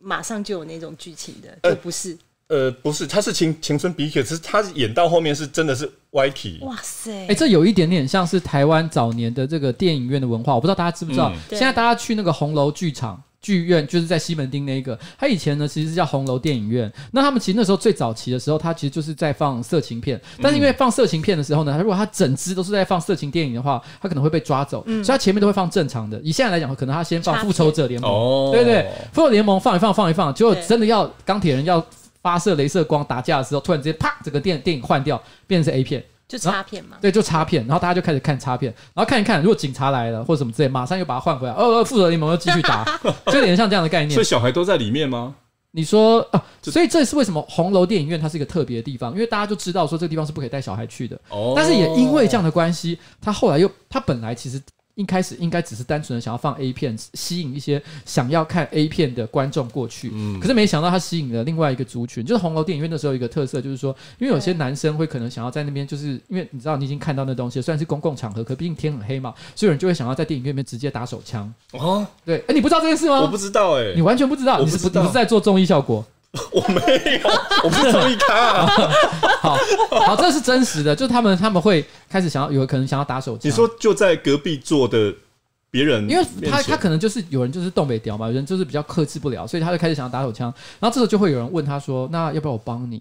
A: 马上就有那种剧情的，
C: 呃
A: 就不是。
C: 呃，不是，他是青青春鼻血，可是他演到后面是真的是歪题。
A: 哇塞
B: 哎、！这有一点点像是台湾早年的这个电影院的文化，我不知道大家知不知道。
C: 嗯
B: 现
A: 对
B: 在大家去那个红楼剧场。剧院就是在西门町那一个，它以前呢其实是叫红楼电影院。那他们其实那时候最早期的时候，它其实就是在放色情片，
C: 嗯
B: 但是因为放色情片的时候呢，它如果它整支都是在放色情电影的话，它可能会被抓走，
A: 嗯
B: 所以它前面都会放正常的。以现在来讲，可能它先放
A: 插
B: 复仇者联盟，
C: 哦
B: 对对，复仇联盟放一放放一放，结果
A: 对
B: 真的要钢铁人要发射镭射光打架的时候，突然之间啪，整个电电影换掉，变成是 A 片。
A: 就插片嘛，
B: 对，就插片，然后大家就开始看插片，然后看一看，如果警察来了或者什么之类，马上又把它换回来，哦，哦复仇联盟又继续 打，就有点像这样的概
C: 所
B: 念
C: 以。小孩都在里面吗？
B: 你说啊，所以这是为什么红楼电影院它是一个特别的地方，因为大家就知道说这个地方是不可以带小孩去的，
C: 哦
B: 但是也因为这样的关系，他后来又他本来其实。一开始应该只是单纯的想要放 A 片，吸引一些想要看 A 片的观众过去。
C: 嗯
B: 可是没想到他吸引了另外一个族群，就是红楼电影院那时候有一个特色，就是说，因为有些男生会可能想要在那边，就是因为你知道你已经看到那东西了，虽然是公共场合，可毕竟天很黑嘛，所以有人就会想要在电影院里面直接打手枪。
C: 哦，
B: 对，哎、你不知道这件事吗？
C: 我不知道哎、
B: 你完全不知道，
C: 我
B: 你是
C: 不知道
B: 你是在做综艺效果。
C: 我没有，我不是注意看、
B: 好，好，这是真实的，就是他们他们会开始想要有可能想要打手枪。
C: 你说就在隔壁坐的别人
B: 因
C: 面
B: 为
C: 前，
B: 他他可能就是有人就是东北屌嘛，有人就是比较克制不了，所以他就开始想要打手枪。然后这时候就会有人问他说：“那要不要我帮你？”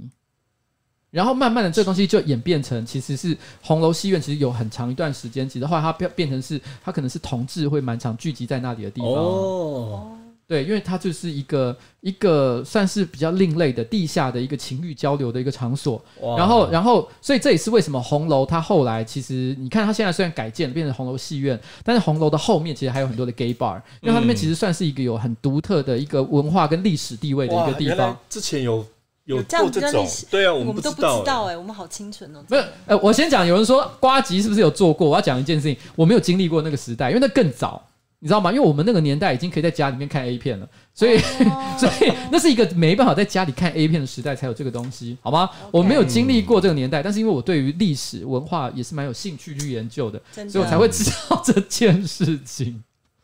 B: 然后慢慢的，这个东西就演变成，其实是红楼戏院，其实有很长一段时间，其实后来它变变成是，它可能是同志会蛮常聚集在那里的地方。
C: 哦，
B: 对，因为它就是一个一个算是比较另类的地下的一个情欲交流的一个场所。
C: 哇
B: 然后，然后，所以这也是为什么红楼它后来其实，你看它现在虽然改建了变成红楼戏院，但是红楼的后面其实还有很多的 gay bar，因为它那边
C: 嗯
B: 其实算是一个有很独特的一个文化跟历史地位的一
C: 哇
B: 个地
C: 原
B: 方
C: 来。之前有有
A: 这样
C: 过
A: 子
C: 这
A: 的
C: 种
A: 历史，
C: 对啊，
A: 我
C: 们
A: 们都不
C: 道
A: 知
C: 欸
A: 道哎、我们好清纯哦、
B: 没有，呃，我先讲，有人说瓜吉是不是有做过？我要讲一件事情，我没有经历过那个时代，因为那更早，你知道吗？因为我们那个年代已经可以在家里面看 A 片了，所以、
A: 哦
B: 所以那是一个没办法在家里看 A 片的时代才有这个东西，好吗我没有经历过这个年代，但是因为我对于历史文化也是蛮有兴趣去研究的，
A: 真的
B: 所以我才会知道这件事情。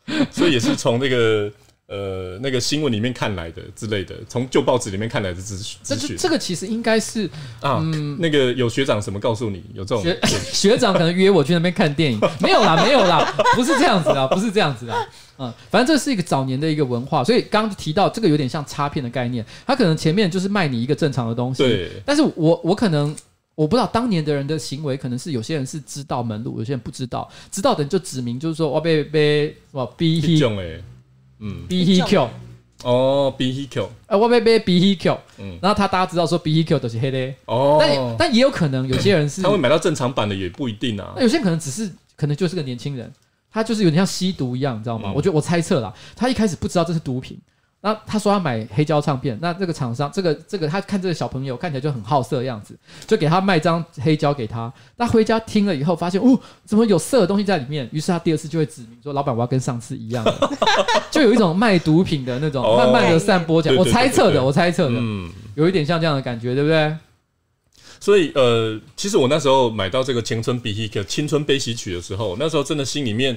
C: 欸所以也是从那个呃那个新闻里面看来的之类的，从旧报纸里面看来的资
B: 这
C: 资
B: 就
C: 讯
B: 这个其实应该是
C: 啊。那个有学长什么告诉你有这种
B: 学 学长可能约我去那边看电影，没有啦，没有啦，不是这样子啦，不是这样子啦。嗯，反正这是一个早年的一个文化，所以刚刚提到这个有点像插片的概念，它可能前面就是卖你一个正常的东西，
C: 对
B: 但是我我可能我不知道当年的人的行为，可能是有些人是知道门路，有些人不知道，知道的人就指明就是说我哦被被什么 B
C: 一
B: H
C: 种哎，嗯
B: B H Q，
C: 哦，B H Q
B: 呃我被被 B H Q，
C: 嗯
B: 然后他大家知道说 B H Q 都是黑的，但
C: 哦，
B: 但也有可能有些人是
C: 他会买到正常版的也不一定啊
B: 那。有些人可能只是可能就是个年轻人，他就是有点像吸毒一样，你知道吗？
C: 嗯
B: 我觉得我猜测啦，他一开始不知道这是毒品。那他说他买黑胶唱片，那这个厂商，这个这个他看这个小朋友看起来就很好色的样子，就给他卖张黑胶给他。他回家听了以后，发现哦，怎么有色的东西在里面？于是他第二次就会指明说，老板我要跟上次一样的， 就有一种卖毒品的那种
C: 哦
B: 慢慢的散播讲，
C: 对对
B: 我
C: 对
B: 猜测
C: 对
B: 的，
C: 对
B: 我猜测的，
C: 嗯，
B: 有一点像这样的感觉，对不对？
C: 所以呃，其实我那时候买到这个青春 B H Q 青春悲喜曲的时候，那时候真的心里面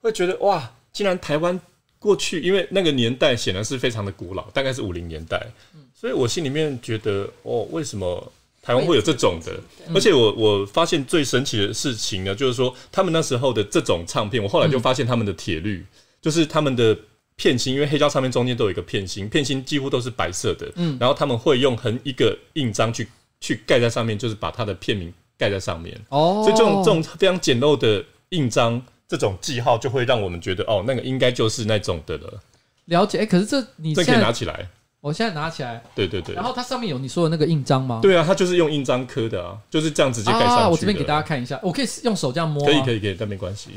C: 呃会觉得哇，竟然台湾过去，因为那个年代显然是非常的古老，大概是五零年代，所以我心里面觉得哦，为什么台湾会有这种的？
A: 嗯
C: 而且我我发现最神奇的事情呢，就是说他们那时候的这种唱片，我后来就发现他们的铁律，就是他们的。片芯，因为黑胶唱片中间都有一个片芯，片芯几乎都是白色的，嗯，然后他们会用横一个印章去去盖在上面，就是把它的片名盖在上面，
B: 哦，
C: 所以这种这种非常简陋的印章，这种记号就会让我们觉得哦，那个应该就是那种的了。
B: 了解，哎、可是这你
C: 这
B: 现
C: 可以
B: 在
C: 拿起来，
B: 我现在拿起来，
C: 对对对
B: 然。后它上面有你说的那个印章吗？
C: 对啊，它就是用印章刻的啊，就是这样直接盖上去的、
B: 啊。我这边给大家看一下，我可以用手这样摸、啊，
C: 可以可
B: 以，
C: 以可以，但没关系。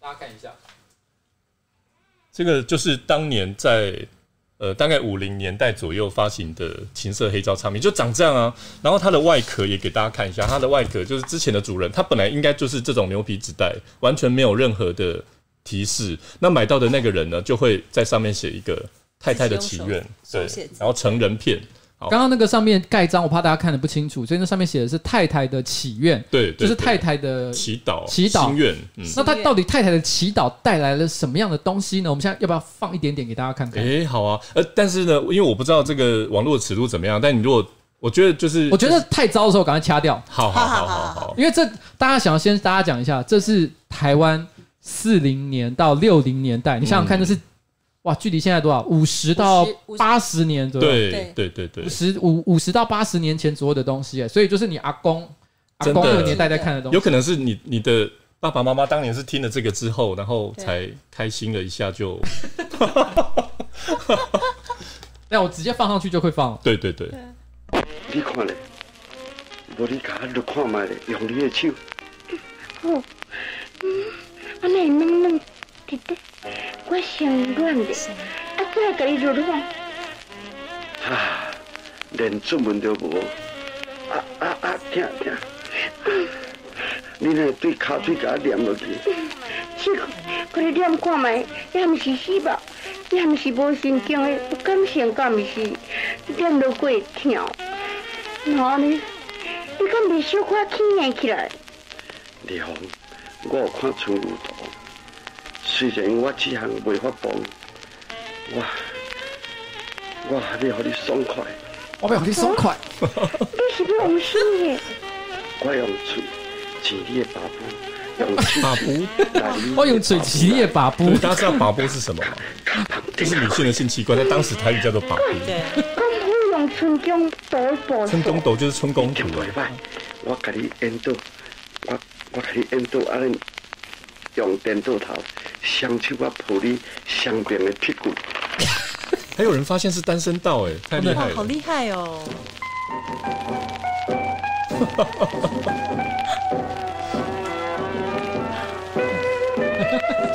B: 大家看一下。
C: 这个就是当年在呃大概五零年代左右发行的情色黑胶唱片，就长这样啊。然后它的外壳也给大家看一下，它的外壳就是之前的主人，他本来应该就是这种牛皮纸袋，完全没有任何的提示。那买到的那个人呢，就会在上面写一个太太的祈愿，
A: 自己
C: 对
A: 用手手写字，
C: 然后成人片，好
B: 刚刚那个上面盖章，我怕大家看的不清楚，所以那上面写的是太太的祈愿，
C: 对，对
B: 就是
C: 对
B: 太太的。
C: 祈祷
B: 祈祷
C: 心愿，嗯，
B: 那她到底太太的祈祷带来了什么样的东西呢？我们现在要不要放一点点给大家看看？
C: 诶，好啊，呃，但是呢，因为我不知道这个网络的尺度怎么样，但你如果我觉得就是，
B: 我觉得太糟的时候赶快掐掉，
C: 好好好
A: 好好
C: 好
A: 好
C: 好，
B: 因为这大家想要先大家讲一下，这是台湾四零年到六零年代，你想
C: 嗯
B: 想看，这是、哇，距离现在多少？五十到
A: 50
B: 八十年左右，
C: 对对对对
B: 五，十五五十到八十年前左右的东西耶，所以就是你阿公阿
C: 真的
B: 公那个年代在看的东
C: 有
B: 西。
C: 可能是你你的爸爸妈妈当年是听了这个之后，然后才开心了一下就，
B: 那我直接放上去就会放了。
C: 对对对，
D: 你看嘞，无你甲我落看卖嘞，用你的手，
E: 安尼软软直直，我想软的，啊，过来给你揉揉啊。
D: 哈，连出门都无，啊啊啊，疼疼， 你若对骹腿甲我念落去，
E: 试看，给你念看卖，你还毋是死吧？你还毋是无神经的，有感情敢毋是？念落过会痛，然后呢，你敢袂小可起硬起来？
D: 丽红，我有看春如图，虽然我这项袂法帮，我我还要互你爽快，
B: 我被你松快，
E: 你是要用死的，
D: 我用嘴饲你的爸母，用手
C: 把布，
D: 来你的
B: 哦我用嘴骑也把不
C: 大家知道把布是什么吗？就是女性的性器官，在当时台语叫做把布，
A: 对，
E: 讲好用春江多步
C: 春宫斗就是春宫图
D: 听袂
C: 啊，
D: 歹，我甲你引导，我我甲你引导，啊恁用电倒头，双手我抱你双边的屁股，
C: 还有人发现是单身道，哎，太厉害
A: 哇，好
C: 了，
A: 厉害哦、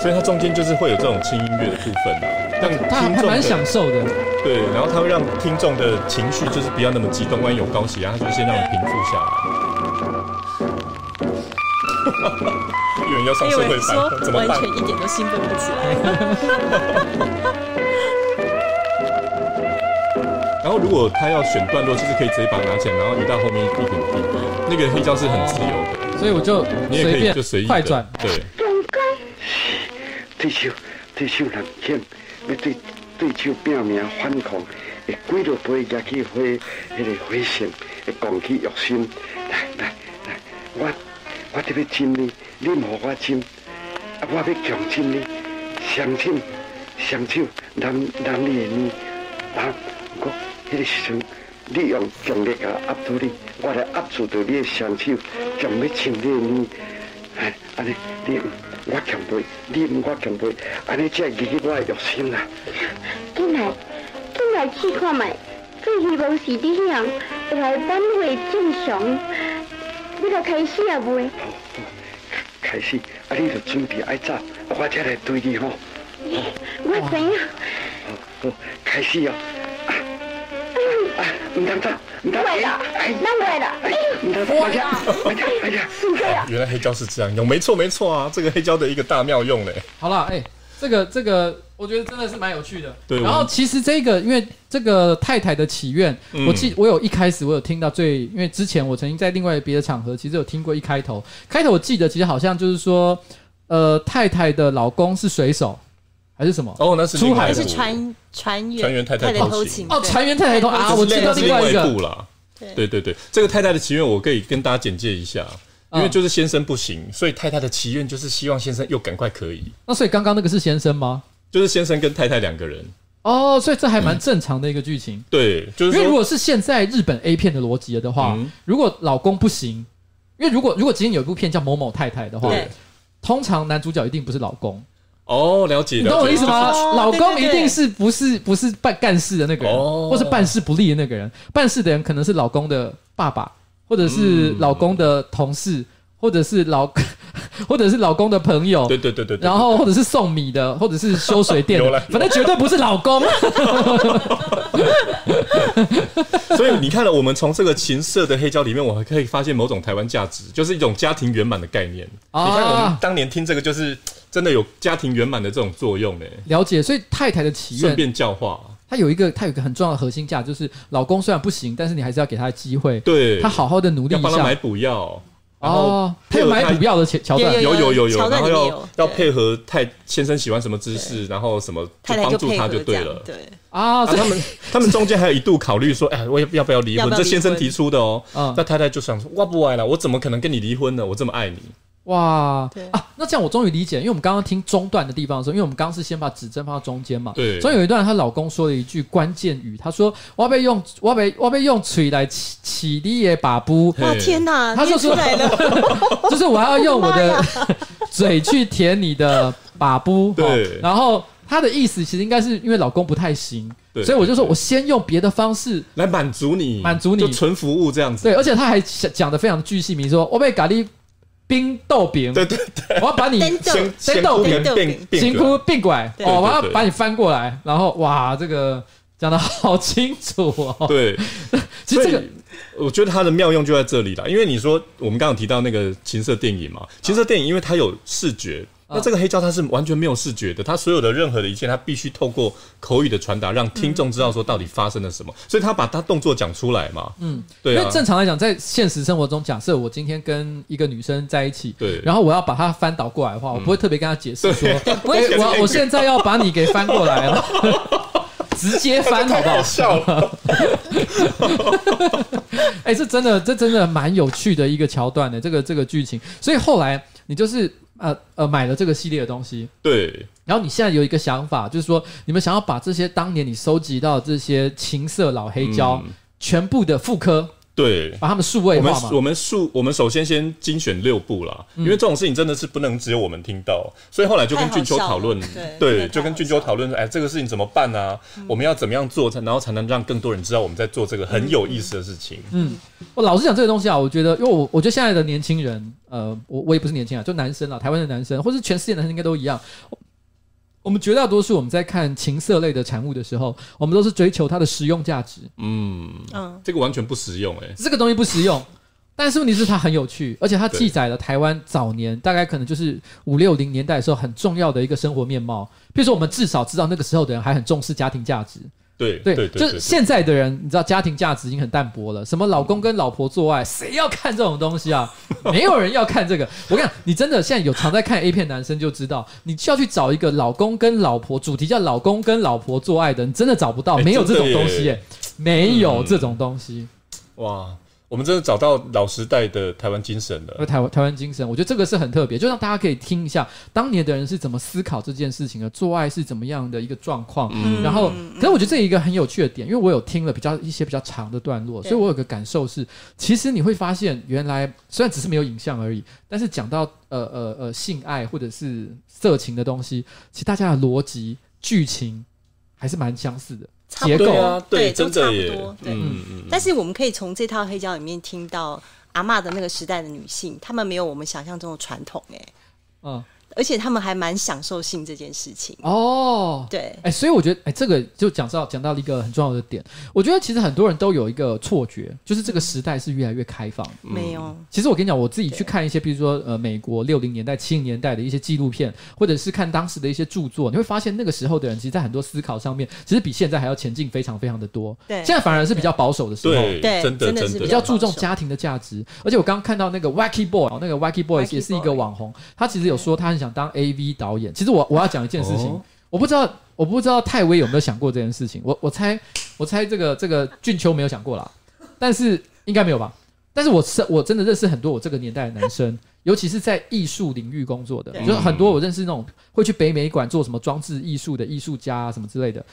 C: 所以它中间就是会有这种轻音乐的部分啊，让
B: 他还
C: 听众
B: 蛮
C: 的
B: 享受的。
C: 对，然后他会让听众的情绪就是不要那么激动，万一有高血压，他就先让你平复下来。有人要上
A: 还
C: 社
A: 有
C: 会
A: 人哎说
C: 班，怎么
A: 完
C: 办
A: 全？一点都兴奋不起来。
C: 然后如果他要选段落，就是可以直接把它拿起来，然后移到后面一点点，那个黑胶是很自由的，
B: 所以我就
C: 你也可
B: 随
C: 以
B: 便
C: 就随意
B: 快
C: 的
B: 转，
C: 对，
E: 中间
D: 对手对手难欠，要对对手拼命反抗，会几落杯举起火，迄、个火线，会拱起玉心。来来来，我我特别亲你，你唔互我亲，啊，我要强亲你，双手双手揽揽你的面，啊，不过迄个时阵。你用强力甲压住你，我来压住着你的双手，强要亲你的面，哎，安尼你唔我强背，你唔我强背，安尼才会入去我的肉心啦。
E: 进来，进来试看卖。最希望是你样会来挽回正常。你来开始啊袂？
D: 好，好开始，啊，你就准备爱走，啊我才来对你吼。
E: 我知影，
D: 好，好，开始哦。啊，唔通走，唔通
E: 袂啦，咱袂啦。哎呦，
D: 唔通走，哎呀，哎呀，哎呀，
E: 唔该啊！
C: 原来黑胶是这样用，没错没错啊，这个黑胶的一个大妙用嘞，
B: 好啦，哎、这个这个，我觉得真的是蛮有趣的。
C: 对
B: 然
C: 我
B: 后
C: 们
B: 其实这个，因为这个太太的祈愿，
C: 嗯
B: 我记我有一开始我有听到最，因为之前我曾经在另外别的场合，其实有听过一开头，开头我记得其实好像就是说，呃，太太的老公是水手还是什么？
C: 哦，那是
B: 出
A: 还
B: 海
C: 另外
A: 是
C: 一部
A: 船船员
C: 船员太太偷
A: 偷
C: 情
A: 情
B: 哦，
A: 对
B: 船员太太头啊，
A: 这
B: 我
C: 那
B: 记
C: 是
B: 得另外一
C: 另外
B: 个
C: 一部啦。
A: 对
C: 对对对，这个太太的祈愿我可以跟大家简介一下，因为
B: 嗯
C: 就是先生不行，所以太太的祈愿就是希望先生又赶快可以，
B: 那所以刚刚那个是先生吗？
C: 就是先生跟太太两个人，
B: 哦，所以这还蛮正常的一个剧情。
C: 对，嗯就是
B: 因为如
C: 说
B: 果是现在日本 A 片的逻辑的话，
C: 嗯
B: 如果老公不行，因为如果如果今天有一部片叫某某太太的话，
A: 对
B: 通常男主角一定不是老公，
C: 哦，了解，
B: 你懂
C: 了
B: 我
C: 解
B: 意思吗？
A: 哦
B: 老公
A: 对对
B: 一
A: 对
B: 定是不是不是办干事的那个人，
C: 哦
B: 或是办事不利的那个人，办事的人可能是老公的爸爸，或者是
C: 嗯
B: 老公的同事，或者是老 或者是老公的朋友，
C: 对对对对对，
B: 然后或者是送米的，或者是修水电
C: 有
B: 的
C: 了，
B: 反正绝对不是老 公。
C: 所以你看了，我们从这个情色的黑胶里面，我还可以发现某种台湾价值，就是一种家庭圆满的概念。
B: 啊
C: 你看我们当年听这个，就是真的有家庭圆满的这种作用呢。
B: 了解，所以太太的祈
C: 顺
B: 愿
C: 便教化，
B: 他有一个，他有一个很重要的核心价值，就是老公虽然不行，但是你还是要给他机会，
C: 对，
B: 他好好的努力
C: 要
B: 一
C: 帮他买
B: 下。
C: 补药，然后
B: 哦，他有买股票的桥桥段
A: 有，
C: 有有有有，
A: 桥段
C: 然
A: 里
C: 后
A: 面
C: 要
A: 有
C: 要
A: 对
C: 配合太先生喜欢什么姿势，然后什么
A: 太太
C: 帮
A: 就
C: 助
A: 配
C: 他
A: 合
C: 就
A: 这
C: 对
A: 样
C: 了。
A: 对，哦
B: 啊，
C: 啊、
B: 所以
C: 他们 他们中间还有一度考虑说，哎，我要不要不要离
A: 要
C: 婚？
A: 不要
C: 这
A: 离
C: 先生
A: 婚
C: 提出的哦。
B: 嗯
C: 那太太就想说，我不爱了，我怎么可能跟你离婚呢？我这么爱你。
B: 哇
A: 对
B: 啊，那这样我终于理解，因为我们刚刚听中段的地方的时候，因为我们刚刚是先把指针放到中间嘛，
C: 对
B: 所以有一段她老公说了一句关键语，她说我要被用我要被我要被用嘴来起起你的把布，
A: 哇
C: 嘿
A: 天哪，
B: 他就
A: 念
B: 说
A: 出来 了，
B: 就是我要用我
A: 我的妈
B: 的 嘴去舔你的把布，
C: 对
B: 哦然后她的意思其实应该是因为老公不太行，
C: 对
B: 所以我就说
C: 对对
B: 我先用别的方式。
C: 来满足你，
B: 满足你
C: 就纯服务这样子。
B: 对，而且他还讲讲的非常巨细明，说我被咖喱冰豆饼，
C: 对对
B: 我要把你
A: 真的
C: 先
B: 先
C: 先
B: 斗
C: 变
A: 斗
C: 变
A: 饼
B: 辛
C: 变
B: 苦并拐，
A: 对
B: 哦，我
C: 对对
B: 要
C: 对
B: 把你翻过来，然后哇，这个讲的好清楚哦。
C: 对，
B: 其实这个
C: 所以我觉得它的妙用就在这里啦。因为你说我们刚刚有提到那个情色电影嘛，
B: 啊
C: 情色电影因为它有视觉，那这个黑胶它是完全没有视觉的，它所有的任何的一切，它必须透过口语的传达，让听众知道说到底发生了什么，所以他把他动作讲出来嘛。嗯，对
B: 因
C: 啊
B: 为，嗯正常来讲，在现实生活中，假设我今天跟一个女生在一起，
C: 对嗯
B: 然后我要把她翻倒过来的话，我不会特别跟她解释说，
A: 不会
B: 哎我我现在要把你给翻过来了，直接翻好不 好？
C: 笑了，
B: 哎、这真的，这真的蛮有趣的一个桥段的，这个这个剧情。所以后来你就是呃呃买了这个系列的东西，
C: 对
B: 然后你现在有一个想法，就是说你们想要把这些当年你收集到的这些情色老黑胶、
C: 嗯
B: 全部的复刻，
C: 对。
B: 把它们数位
C: 我们
B: 化嘛
C: 我。们数我们首先先精选六部啦，
B: 嗯
C: 因为这种事情真的是不能只有我们听到，所以后来就跟俊秋讨论
A: 太好笑了，对
C: 对，就跟俊秋讨论说，哎，这个事情怎么办啊？
B: 嗯
C: 我们要怎么样做才，然后才能让更多人知道我们在做这个很有意思的事情？
B: 嗯我老实讲这个东西啊，我觉得，因为我我觉得现在的年轻人，呃，我我也不是年轻啊，就男生啊，台湾的男生，或是全世界的男生应该都一样。我们绝大多数我们在看情色类的产物的时候，我们都是追求它的实用价值。
C: 嗯，
A: 嗯，
C: 这个完全不实用哎、
B: 这个东西不实用， 但是问题是它很有趣，而且它
C: 对
B: 记载了台湾早年大概可能就是五六零年代的时候很重要的一个生活面貌。比如说，我们至少知道那个时候的人还很重视家庭价值，
C: 对
B: 对，
C: 对对
B: 就是
C: 对，
B: 现在的人，你知道家庭价值已经很淡薄了，什么老公跟老婆做 爱，谁要看这种东西啊？没有人要看这个。我跟你讲，你真的现在有常在看 A 片男生就知道，你需要去找一个老公跟老婆主题叫老公跟老婆做爱的，你真的找不到，
C: 哎
B: 没有这种
C: 真的耶嗯
B: 东西耶，没有这种东西。
C: 哇，我们真的找到老时代的台湾精神
B: 呃，
C: 了。
B: 台湾台湾精神，我觉得这个是很特别，就让大家可以听一下当年的人是怎么思考这件事情的，做爱是怎么样的一个状况。然后，可是我觉得这一个很有趣的点，因为我有听了比较一些比较长的段落，
A: 对
B: 所以我有个感受是，其实你会发现，原来虽然只是没有影像而已，但是讲到呃呃呃性爱或者是色情的东西，其实大家的逻辑剧情还是蛮相似的。
A: 差不
B: 结
A: 多
B: 构
C: 对啊，
A: 对，都
C: 真
A: 差
C: 的
A: 不
C: 耶
A: 多，，对。
C: 嗯嗯，
A: 但是我们可以从这套黑胶里面听到阿嬷的那个时代的女性，她们没有我们想象中的传统、欸，
B: 嗯，
A: 而且她们还蛮享受性这件事情。
B: 哦，
A: 对
B: 哎、，所以我觉得，哎、这个就讲到讲到了一个很重要的点。我觉得其实很多人都有一个错觉，就是这个时代是越来越开放的。
A: 没有，
B: 其实我跟你讲，我自己去看一些，比如说呃，美国六零年代、七零年代的一些纪录片，或者是看当时的一些著作，你会发现那个时候的人，其实在很多思考上面，其实比现在还要前进非常非常的多。
A: 对
B: 现在反而是比较保守的时候。
C: 对，
A: 对啊
C: 真的
A: 真的是
B: 比
A: 比
B: 较
A: 较
B: 注重
A: 保守
B: 家庭的价值。而且我刚刚看到那个 Wacky Boy，哦那个 Wacky Boy
A: Wacky
B: 也是一个
A: Boy
B: 网红，他其实有说他很想当 AV 导演。其实我我要讲一件事情，
C: 哦
B: 我不知道我不知道泰威有没有想过这件事情。我我猜我猜这个这个俊秋没有想过啦，但是应该没有吧？但是我是我真的认识很多我这个年代的 男生，尤其是在艺术领域工作的，
A: 对
B: 就是很多我认识那种会去北美馆做什么装置艺术的艺术家啊什么之类的，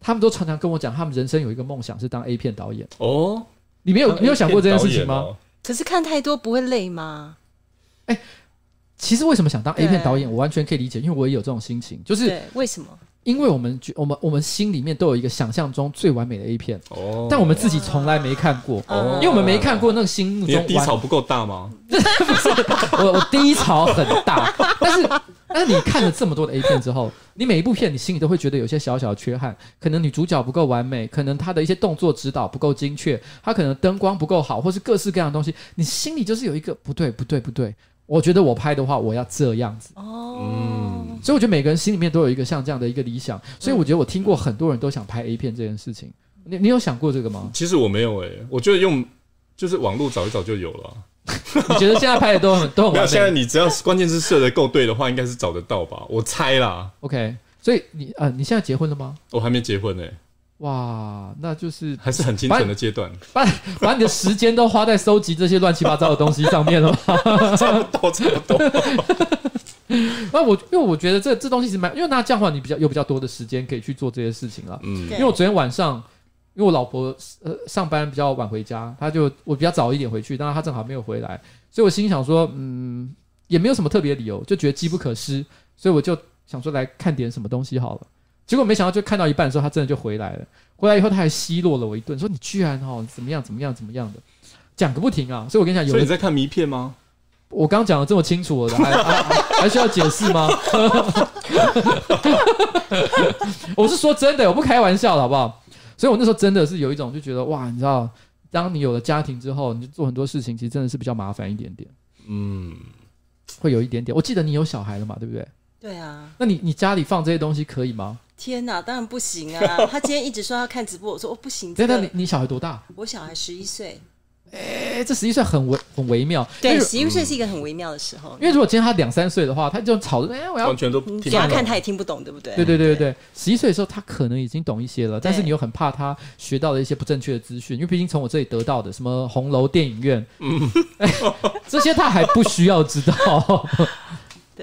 B: 他们都常常跟我讲，他们人生有一个梦想是当 A 片导演。
C: 哦，
B: 你没有
C: 当
B: 你有想过这件事情
C: 导
B: 吗
C: 演？哦？
A: 可是看太多不会累吗？
B: 其实为什么想当 A
A: 对
B: 片导演，我完全可以理解，因为我也有这种心情，就是
A: 对，为什么？
B: 因为我们觉我们我们心里面都有一个想象中最完美的 A 片，
C: 哦，
B: 但我们自己从来没看过，
C: 哦
B: 因为我们没看过那个心目
C: 你的
B: 中
C: 低
B: 完
C: 潮不够大吗？？
B: 我 我低潮很大，但是但是你看了这么多的 A 片之后，你每一部片你心里都会觉得有些小小的缺憾，可能女主角不够完美，可能她的一些动作指导不够精确，她可能灯光不够好，或是各式各样的东西，你心里就是有一个不对不对不对，我觉得我拍的话我要这样子。
A: 哦，
B: 所以我觉得每个人心里面都有一个像这样的一个理想，所以我觉得我听过很多人都想拍 A 片这件事情。你你有想过这个吗
C: 其实我没有哎，我觉得用就是网络找一找就有了啊。
B: 你觉得现在拍的都很都很
A: 哦
C: 没有，
B: 完
C: 现在
B: 美
C: 你只要关键字设的够对的话，应该是找得到吧？我猜啦，
B: ？OK，所以你呃，你现在结婚了吗？
C: 我还没结婚呢，欸
B: 哇，那就是
C: 还是很清纯的阶段，
B: 把把你的时间都花在收集这些乱七八糟的东西上面了吧？
C: 差不多，差 不多。
B: 那我因为我觉得这这东西是蛮，因为那这样的话你比较有比较多的时间可以去做这些事情了。啊
C: 嗯
A: 对
B: 因为我昨天晚上，因为我老婆呃上班比较晚回家，她就我比较早一点回去，但是她正好没有回来，所以我心想说，嗯，也没有什么特别理由，就觉得机不可失，所以我就想说来看点什么东西好了。结果没想到，就看到一半的时候，她真的就回来了。回来以后，她还奚落了我一顿，说你居然哦怎么样怎么样怎么样的，讲个不停啊！所以我跟你讲，有
C: 所以
B: 人
C: 你在看迷片吗？
B: 我刚讲的这么清楚了，还还还需要解释吗？ 我是说真的，我不开玩笑的，好不好？所以我那时候真的是有一种就觉得哇，你知道，当你有了家庭之后，你就做很多事情，其实真的是比较麻烦一点点，
C: 嗯，
B: 会有一点点。我记得你有小孩了嘛，对不对？
A: 对啊，
B: 那你你家里放这些东西可以吗？
A: 天哪，当然不行 啊！他今天一直说要看直播，我说哦不行，
B: 对，
A: 这
B: 那
A: 个
B: 你你小孩多大？
A: 我小孩十一岁，
B: 哎、这实际上很微很微妙。因
A: 对，
B: 为
A: 十一岁是一个很嗯微妙的时候，
B: 因为如果今天他两三岁的话，他就吵着哎、我要
C: 完全都
A: 你给
C: 听
A: 他
C: 不
A: 看
C: 懂。
A: 他也听不懂，对不对？
B: 对对对对对，十一岁的时候他可能已经懂一些了，但是
A: 对
B: 你又很怕他学到了一些不正确的资讯，因为毕竟从我这里得到的什么红楼电影院，嗯， 这些他还不需 要知道。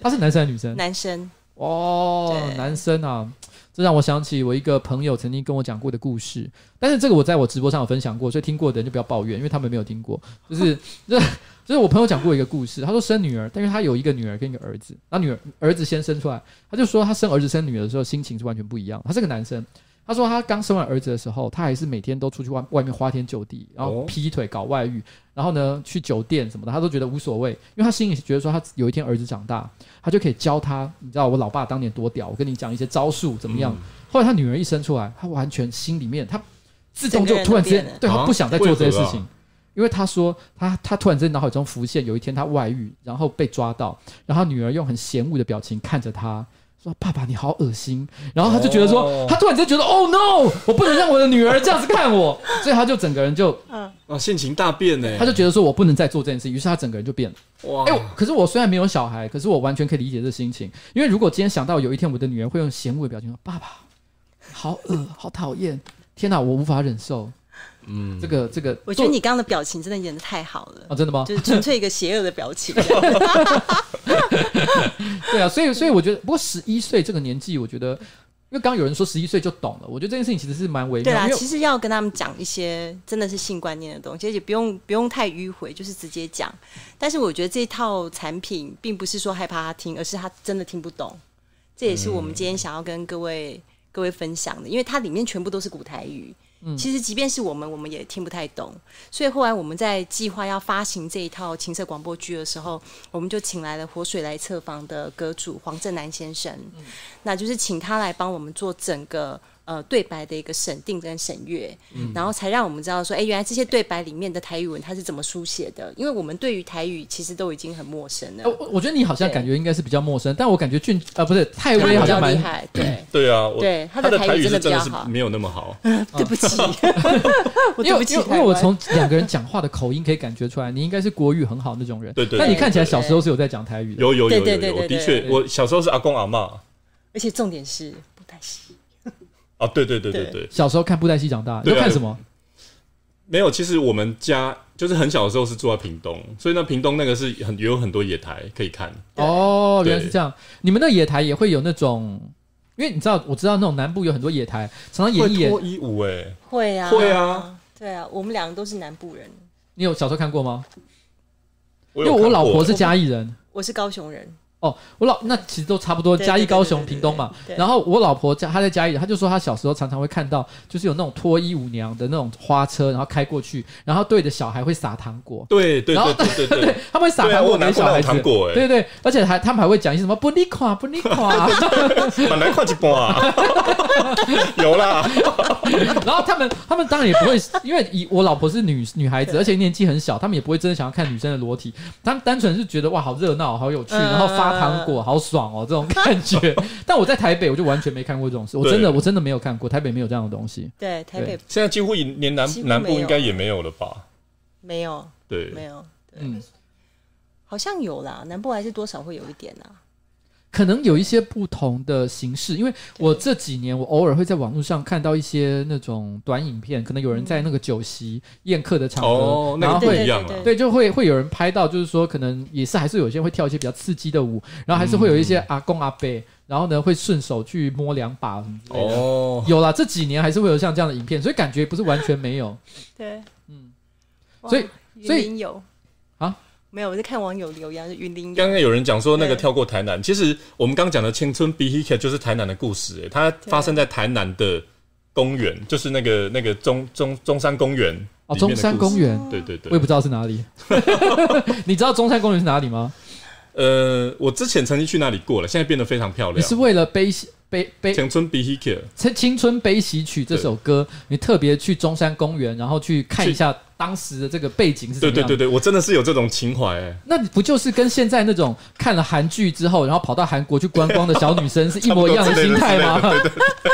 B: 他是男生还是女生？
A: 男生
B: 哦，
A: 对
B: 男生啊，这让我想起我一个朋友曾经跟我讲过的故事，但是这个我在我直播上有分享过，所以听过的人就不要抱怨，因为他们没有听过。就是就是就是我朋友讲过一个故事，他说生女儿，但是他有一个女儿跟一个儿子，那女儿儿子先生出来，他就说他生儿子生女儿的时候心情是完全不一样的。他是个男生，他说他刚生完儿子的时候，他还是每天都出去外外面花天酒地，然后
C: 哦
B: 劈腿搞外遇，然后呢去酒店什么的，他都觉得无所谓，因为他心里觉得说他有一天儿子长大，他就可以教他，你知道我老爸当年多屌，我跟你讲一些招数怎么样。
C: 嗯
B: 后来他女儿一生出来，他完全心里面他自
A: 整
B: 动
A: 个
B: 就
A: 人
B: 突然之间
A: 都变了
B: 对他
C: 啊
B: 不想再做这些事
C: 为何
B: 情。因为他说他他突然之间脑海中浮现有一天他外遇，然后被抓到，然后他女儿用很嫌恶的表情看着他。说爸爸你好恶心，然后他就觉得说，
C: 哦
B: 他突然就觉得哦 no，我不能让我的女儿这样子看我，所以他就整个人就，
F: 啊，性情大变
C: 欸
F: 呢。
B: 他就觉得说我不能再做这件事，于是他整个人就变了。
F: 哇
B: 哎、，我可是我虽然没有小孩，可是我完全可以理解这心情，因为如果今天想到有一天我的女儿会用嫌恶的表情说：“爸爸，好恶，好讨厌，天哪，我无法忍受。”嗯，这个这个，
A: 我觉得你刚刚的表情真的演的太好了，
B: 啊，真的吗？
A: 就是纯粹一个邪恶的表 情。
B: 对啊，所以所以我觉得，不过十一岁这个年纪，我觉得，因为刚刚有人说十一岁就懂了，我觉得这件事情其实是蛮微
A: 对
B: 妙，
A: 啦，
B: 因为
A: 其实要跟他们讲一些真的是性观念的东西，而且不用不用太迂回，就是直接讲。但是我觉得这套产品并不是说害怕他听，而是他真的听不懂。这也是我们今天想要跟各位、各位分享的，因为它里面全部都是古台语。其实即便是我们，我们也听不太懂。所以后来我们在计划要发行这一套情色广播剧的时候，我们就请来了《活水来测房》的歌主黄正南先生，那就是请他来帮我们做整个呃对白的一个审定跟审阅，然后才让我们知道说，哎、原来这些对白里面的台语文它是怎么书写的，因为我们对于台语其实都已经很陌生了。
B: 呃我我觉得你好像感觉应该是比较陌生，但我感觉俊呃不是泰
A: 他
B: 威好
A: 比
B: 像
A: 较厉
B: 蛮
A: 害，对。
C: 对啊，我
A: 对他
C: 他
A: 的
C: 的
A: 台语
C: 台语
A: 真
C: 是
A: 的
C: 真
A: 比
C: 的
A: 较
C: 是
A: 好
C: 没有那么好。
A: 对不起， 我
B: 因
A: 对不
B: 为嗯哦因
A: 起
B: 为
A: 台
B: 因
A: 湾，
B: 为我从两个人讲话的口音可以感觉出来，你应该是国语很好那种人。
C: 对对
B: 但你
A: 对
B: 看起来
A: 对
B: 小时候是有在讲台语的。
C: 有有有
A: 对
C: 有
A: 对
C: 有，
A: 对对
C: 我的
A: 对
C: 确，我小时候是阿公阿嬷
A: 而且重点是不太行。
C: 啊，对对对对
A: 对
C: 对，
B: 小时候看布袋戏长大，你
C: 对啊
B: 都看什么？
F: 没有，其实我们家就是很小的时候是住在屏东，所以那屏东那个是很也有很多野台可以看。
A: 对
B: 哦，
C: 对
B: 原来是这样。你们的野台也会有那种，因为你知道，我知道那种南部有很多野台，常常演一
C: 会脱
B: 演。
C: 衣舞哎，
A: 会啊，
F: 会啊，
A: 对啊，我们两个都是南部人，
B: 你有小时候看过吗？
C: 因
B: 因为我老婆是嘉义人。
A: 我是高雄人，
B: 哦，我老那其实都差不多，
A: 对
B: 嘉义、
A: 对对
B: 高雄、
A: 对对
B: 屏东嘛
A: 对。对
B: 然后我老婆家她在嘉义，她就说她小时候常常会看到，就是有那种脱衣舞娘的那种花车，然后开过去，然后对着小孩会撒糖果。
C: 对对
B: 然后
C: 对对对对，
B: 他们会撒
C: 对啊
B: 糖
C: 我
B: 果
C: 有拿
B: 给
C: 过
B: 小
C: 那
B: 孩子，
C: 种糖果欸
B: 对对，而且还他们还会讲一些什么不尼垮不尼 垮，
C: 本来跨几波啊， 有啦，
B: 然后他们他们当然也不会，因为以我老婆是女女孩子，而且年纪很小，他们也不会真的想要看女生的裸体，他们单纯是觉得哇好热闹，好有趣，
A: 嗯
B: 然后发糖果好爽哦这种 感觉。但我在台北我就完全没看过这种事，我
C: 对
B: 真的我真的没有看过，台北没有这样的东西。
A: 对，台北
C: 现在几乎连南
A: 几乎没有
C: 南部应该也没有了吧？
A: 没有
C: 对，
A: 没有，
B: 嗯，
A: 好像有啦，南部还是多少会有一点啊啦。
B: 可能有一些不同的形式，因为我这几年我偶尔会在网络上看到一些那种短影片，可能有人在那个酒席宴客的场合，
F: 哦，
B: 然
F: 那
B: 后
F: 个
B: 会
F: 不
A: 对
F: 一样
A: 对
F: 了。
B: 对，就会会有人拍到，就是说可能也是还是有些人会跳一些比较刺激的舞，然后还是会有一些
C: 嗯
B: 阿公阿伯，然后呢会顺手去摸两把什么之类的。
F: 哦，
B: 有啦，这几年还是会有像这样的影片，所以感觉不是完全没有。
A: 对，
B: 嗯
A: 嗯，
B: 所以所以
A: 云林有
B: 啊，
A: 没有，我在看网友留言，就云林有
C: 刚刚有人讲说那个
A: 对
C: 跳过台南，其实我们刚讲的青春 b h i k 就是台南的故事、欸，它发生在台南的公园，就是那个那个中中中山公园
B: 哦，
C: 里
B: 中
C: 面的
B: 山
C: 故事
B: 公园，
C: 对对
B: 我也
C: 对
B: 不，知道是哪 里。你知道中山公园是哪里吗？
C: 呃，我之前曾经去那里过了，现在变得非常漂
B: 你
C: 亮
B: 是。为了悲喜悲悲
C: 青春 b h i k
B: 青青春悲喜曲这首歌，你特别去中山公园，然后去看一
C: 去
B: 下当时的这个背景是怎
C: 对
B: 么
C: 对
B: 样的
C: 对对，我真的是有这种情怀、欸，
B: 那你不就是跟现在那种看了韩剧之后，然后跑到韩国去观光的小女生是一模一样的心态吗？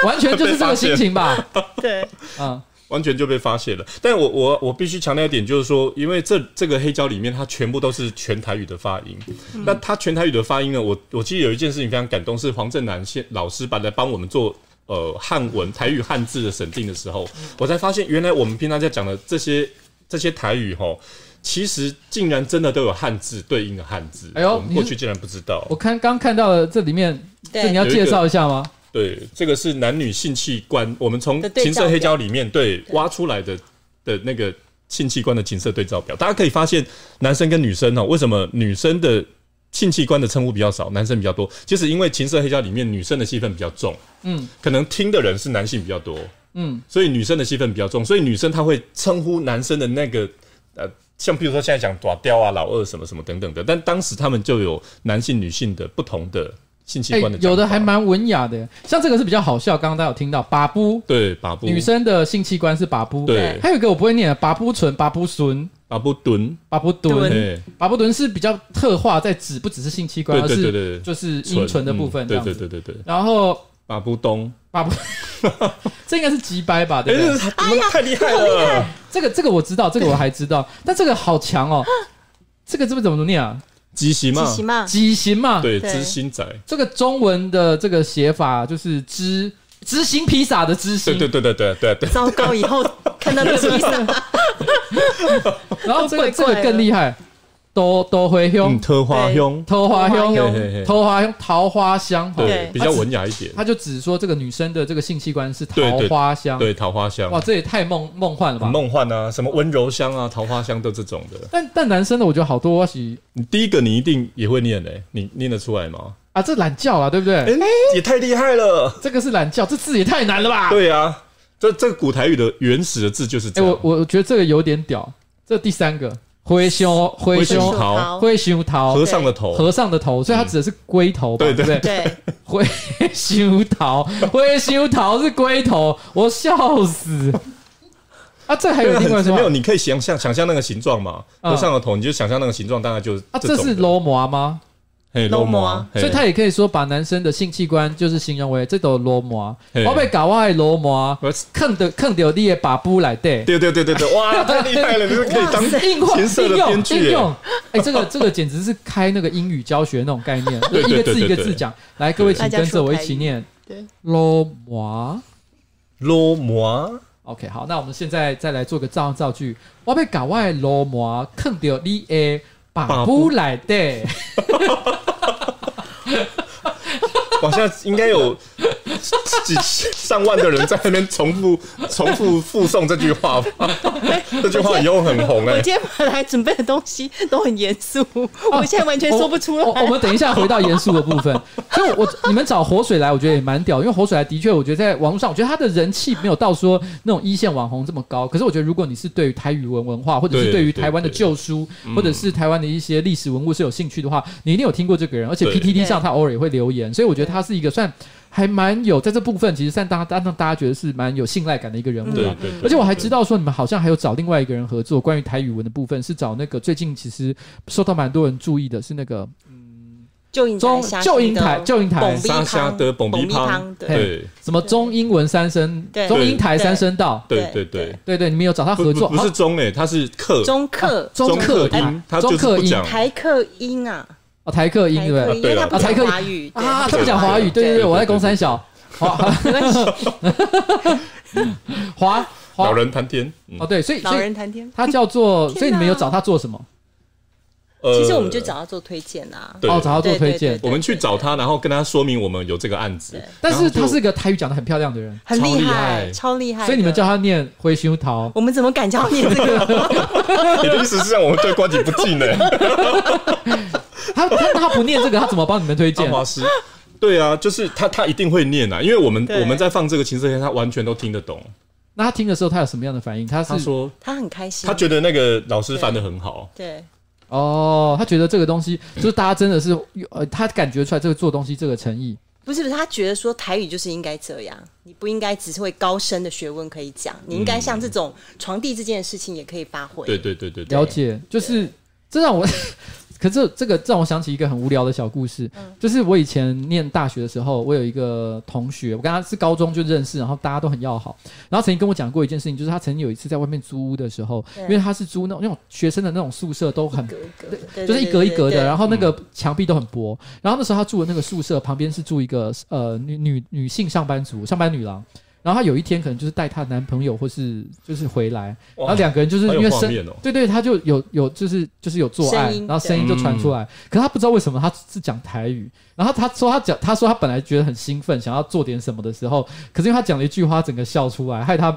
B: 完全就是这个心情吧？
A: 对，
B: 嗯，
C: 完全就被发现了。但我我我必须强调一点，就是说，因为这这个黑胶里面，它全部都是全台语的发音。那它全台语的发音呢，我我记得有一件事情非常感动，是黄正南先老师把来帮我们做。呃，汉文台语汉字的审定的时候，我才发现原来我们平常在讲的这些这些台语吼，其实竟然真的都有汉字对应的汉字。
B: 哎呦
C: 我们
B: 你
C: 过
B: 是
C: 去竟然不知道
B: 我。看刚看到了这里面，
A: 对
B: 这你要介绍一下吗？
C: 对，这个是男女性器官，我们从
A: 的对
C: 情
A: 照
C: 色
A: 表
C: 黑胶里面对挖出来的的那个性器官的情色对照表，大家可以发现男生跟女生哦，为什么女生的性器官的称呼比较少，男生比较多。其实因为情色黑胶里面女生的戏份比较重，
B: 嗯
C: 可能听的人是男性比较多，
B: 嗯，
C: 所以女生的戏份比较重，所以女生她会称呼男生的那个呃，像比如说现在讲短调啊、老二什么什么等等的，但当时他们就有男性、女性的不同的性器
B: 哎、
C: 官的、
B: 有的还。蛮文雅的，像这个是比较好笑，刚刚大家有听到把布。
C: 对，把布
B: 女生的性器官是把布，
C: 对
B: 还有一个我不会念的，把布唇、把布唇、
C: 把布蹲，
B: 把布
A: 蹲
B: 蹲、
C: 对
B: 把布蹲是比较特化在指，不只是性器官，
C: 对对对
B: 而
C: 对
B: 是
C: 对
B: 就是阴唇的部分
C: 嗯
B: 这
C: 对
B: 样
C: 对
B: 子。
C: 对对对，对
B: 然后
C: 把布东，
B: 把布，这应该是急掰吧？对
C: 哎，
B: 不对？
C: 这是你们太厉害了，
B: 这个这个我知道，这个我还知道，但这个好强
A: 啊
B: 哦，这个这个怎么念啊？
C: 畸形嘛
A: 自，喜嘛，
B: 畸形嘛？，
C: 对，
A: 对
C: 知心仔，
B: 这个中文的这个写法就是知知心披萨的知
C: 对
B: 心，
C: 对对对对对对，
A: 糟糕，以后看到那个披 萨，
B: 然后这
A: 都怪
B: 个这
A: 怪
B: 个
A: 的
B: 更厉害，多多回
C: 嗯，
B: 胸、
C: 特花
A: 对
C: 胸，
B: 偷花
A: 偷花
B: 胸
A: 胸、
C: 嘿嘿嘿
B: 偷花胸、桃花香，啊哈
C: 对，
A: 对
C: 比较文雅一点，
B: 他就只说这个女生的这个性器官是桃
C: 对对
B: 花香，
C: 对，桃花香
B: 哇，，这也太梦梦幻了吧
C: 很？梦幻啊，什么温柔香啊、桃花香都这种的。
B: 但但男生的我觉得好多是
C: 你第一个你一定也会念嘞、你念得出来吗？
B: 啊，这懒觉啦，对不
C: 哎、
B: 对？
C: 也太厉害了！
B: 这个是懒觉，这字也太难了吧？
C: 对啊，这这个古台语的原始的字就是这
B: 哎、
C: 样。
B: 我我我觉得这个有点屌。这第三个灰胸灰
C: 胸
B: 胸
C: 桃
B: 灰胸桃
C: 和尚的头，
B: 和尚的头，所以它指的是龟头吧？
C: 对
B: 对不对？
A: 对，
B: 灰胸桃灰胸桃是龟头，我笑死。啊，这还
C: 对
B: 有
C: 啊
B: 另外什
C: 没有，
B: 么？
C: 你可以想象想象那个形状嘛，
B: 嗯
C: 和尚的头，你就想象那个形状，大概就是
B: 啊，这是
C: 种的
B: 罗摩吗？
C: 嘿
A: 罗
C: 罗摩
A: 摩
C: 啊，嘿
B: 所以他也可以说把男生的性器官就是形容为这都罗摩，
C: 嘿
B: 我被搞我的罗摩，啊
C: 我是
B: 坑的坑掉你的把布来对。
C: 对对对对 对，哇，太厉害了！你是可以当
B: 应用
C: 情色的编剧
B: 应
C: 耶
B: 用应用，哎，这个这个简直是开那个英语教学那种概念，就
C: 对
B: 一个
C: 对对
B: 字一个
C: 对
B: 字
C: 对
B: 讲。来，各位请
A: 大家
B: 跟着
A: 说
B: 我一
A: 台
B: 起
A: 语
B: 念
A: 对
B: 罗摩。
C: 罗摩，啊
B: OK，好，那我们现在再来做个造造句。我被搞外罗摩坑掉你的把布来对。
C: 哇，现在应该有几上万的人在那边重复 重复附送这句话 吧？这句话以后很红哎、
A: 我今天本来准备的东西都很严肃， 我现在完全说不出
B: 啊哦我我我
A: 来。
B: 们等一下回到严肃的部 分。所以我，你们找火水来，我觉得也蛮屌，因为火水来的确，我觉得在网络上，我觉得他的人气没有到说那种一线网红这么高。可是，我觉得如果你是对于台语文文化，或者是
C: 对
B: 对于
C: 对
B: 台湾的
C: 对
B: 旧书，或者是台湾的一些历史文物是有兴趣的话，你一定有听过这个人，而且
C: 对
B: PTT 上他偶尔也会留言，所以我觉得他是一个算还蛮有在这部分，其实算大家让大家觉得是蛮有信赖感的一个人物
C: 对
B: 啦
C: 对。对，
B: 而且我还知
C: 道
B: 道说，你们好像还有找另外一个人合作，关于台语文的部分是找那个最近其实受到蛮多人注意的，是那个
A: 就银
B: 中
A: 台，
B: 旧英台旧英台
C: 沙虾的蹦
A: 蹦
C: 逼
A: 逼
C: 汤
A: 汤，
B: 嘿
A: 对
C: 对
B: 什么中英文三声
A: 对，
B: 中英台三声道，
C: 对
A: 对
C: 对对，
B: 对对，你们有找他合
C: 不
B: 作，哦
C: 不不
B: 好
C: 是中哎，它是客
A: 中客
B: 啊中客
C: 中客
B: 台
C: 音，它就
B: 中
C: 是
B: 客
C: 不
B: 音
C: 讲
A: 台客音啊，
B: 哦，台客音
A: 台
B: 对
A: 客
B: 不
A: 音，因
C: 对
A: 为
C: 了
A: 他不
B: 啊台
A: 讲
B: 客
A: 华语
B: 对？啊，他
A: 对
B: 不讲华语，对对对，我在公三小华
A: 没关系，
B: 华
C: 老
B: 华
C: 人谈天。嗯
B: 哦，对，所以
A: 老
B: 所以
A: 人谈天。
B: 他叫做，
A: 天
B: 所以你们有
A: 哪
B: 找他做什么？
A: 其实我们就
C: 呃
A: 找他做推荐啊，
C: 对
B: 哦，找他做
A: 对
B: 推
A: 对
B: 荐
A: 对，
C: 我们去找他，然后跟他说明我们有这个案子
A: 对，
B: 但
C: 然
B: 是
C: 后就
B: 他 是一个台语讲的很漂亮的人，
A: 很
C: 超厉
A: 害，
C: 害
A: 超厉害的。
B: 所以你们叫他念灰熊桃。
A: 我们怎么敢叫你这 个？
C: 你的意思是让我们对瓜子不敬呢？
B: 他他他不念这个，他怎么帮你们推
C: 阿
B: 荐？
C: 华师，对啊，就是他，他一定会念啊，因为我们
A: 对
C: 我们在放这个情色片，他完全都听得懂。
B: 那他听的时候，他有什么样的反应？他是
C: 他说
A: 他很开心，
C: 他觉得那个老师翻的很好，
A: 对
B: 哦，他觉得这个东西就是大家真的是呃，他感觉出来这个做东西这个诚意。
A: 不是不是，他觉得说台语就是应该这样，你不应该只是会高深的学问可以讲，你应该像这种床地这件事情也可以发挥。
C: 对对对对对
B: 了解，就是这让我， 可是这个让我想起一个很无聊的小故事，就是我以前念大学的时候，我有一个同学，我跟他是高中就认识，然后大家都很要好，然后曾经跟我讲过一件事情，就是他曾经有一次在外面租屋的时候，
A: 对
B: 因为他是租那种那种学生的那种宿舍都很
A: 一格一格的，对
B: 就是一格一格的，然啊
A: 后
B: 后那个
C: 嗯
B: 墙壁都很薄。然后那时候他住的那个宿舍旁边是住一个呃女女女性上班族，上班女郎。然后她有一天可能就是带她男朋友或是就是回来，然
C: 哇
B: 后两个人就是
C: 好
B: 因
C: 有
B: 为
C: 画
B: 声
C: 面哦
B: 对对，她就有有就是就是有做爱
A: 声，音
B: 然后声音就
C: 嗯
B: 传出来。可她不知道为什么她是讲台语，然后她说她讲她说她本来觉得很兴奋，想要做点什么的时候，可是因为她讲了一句话，她整个笑出来，害她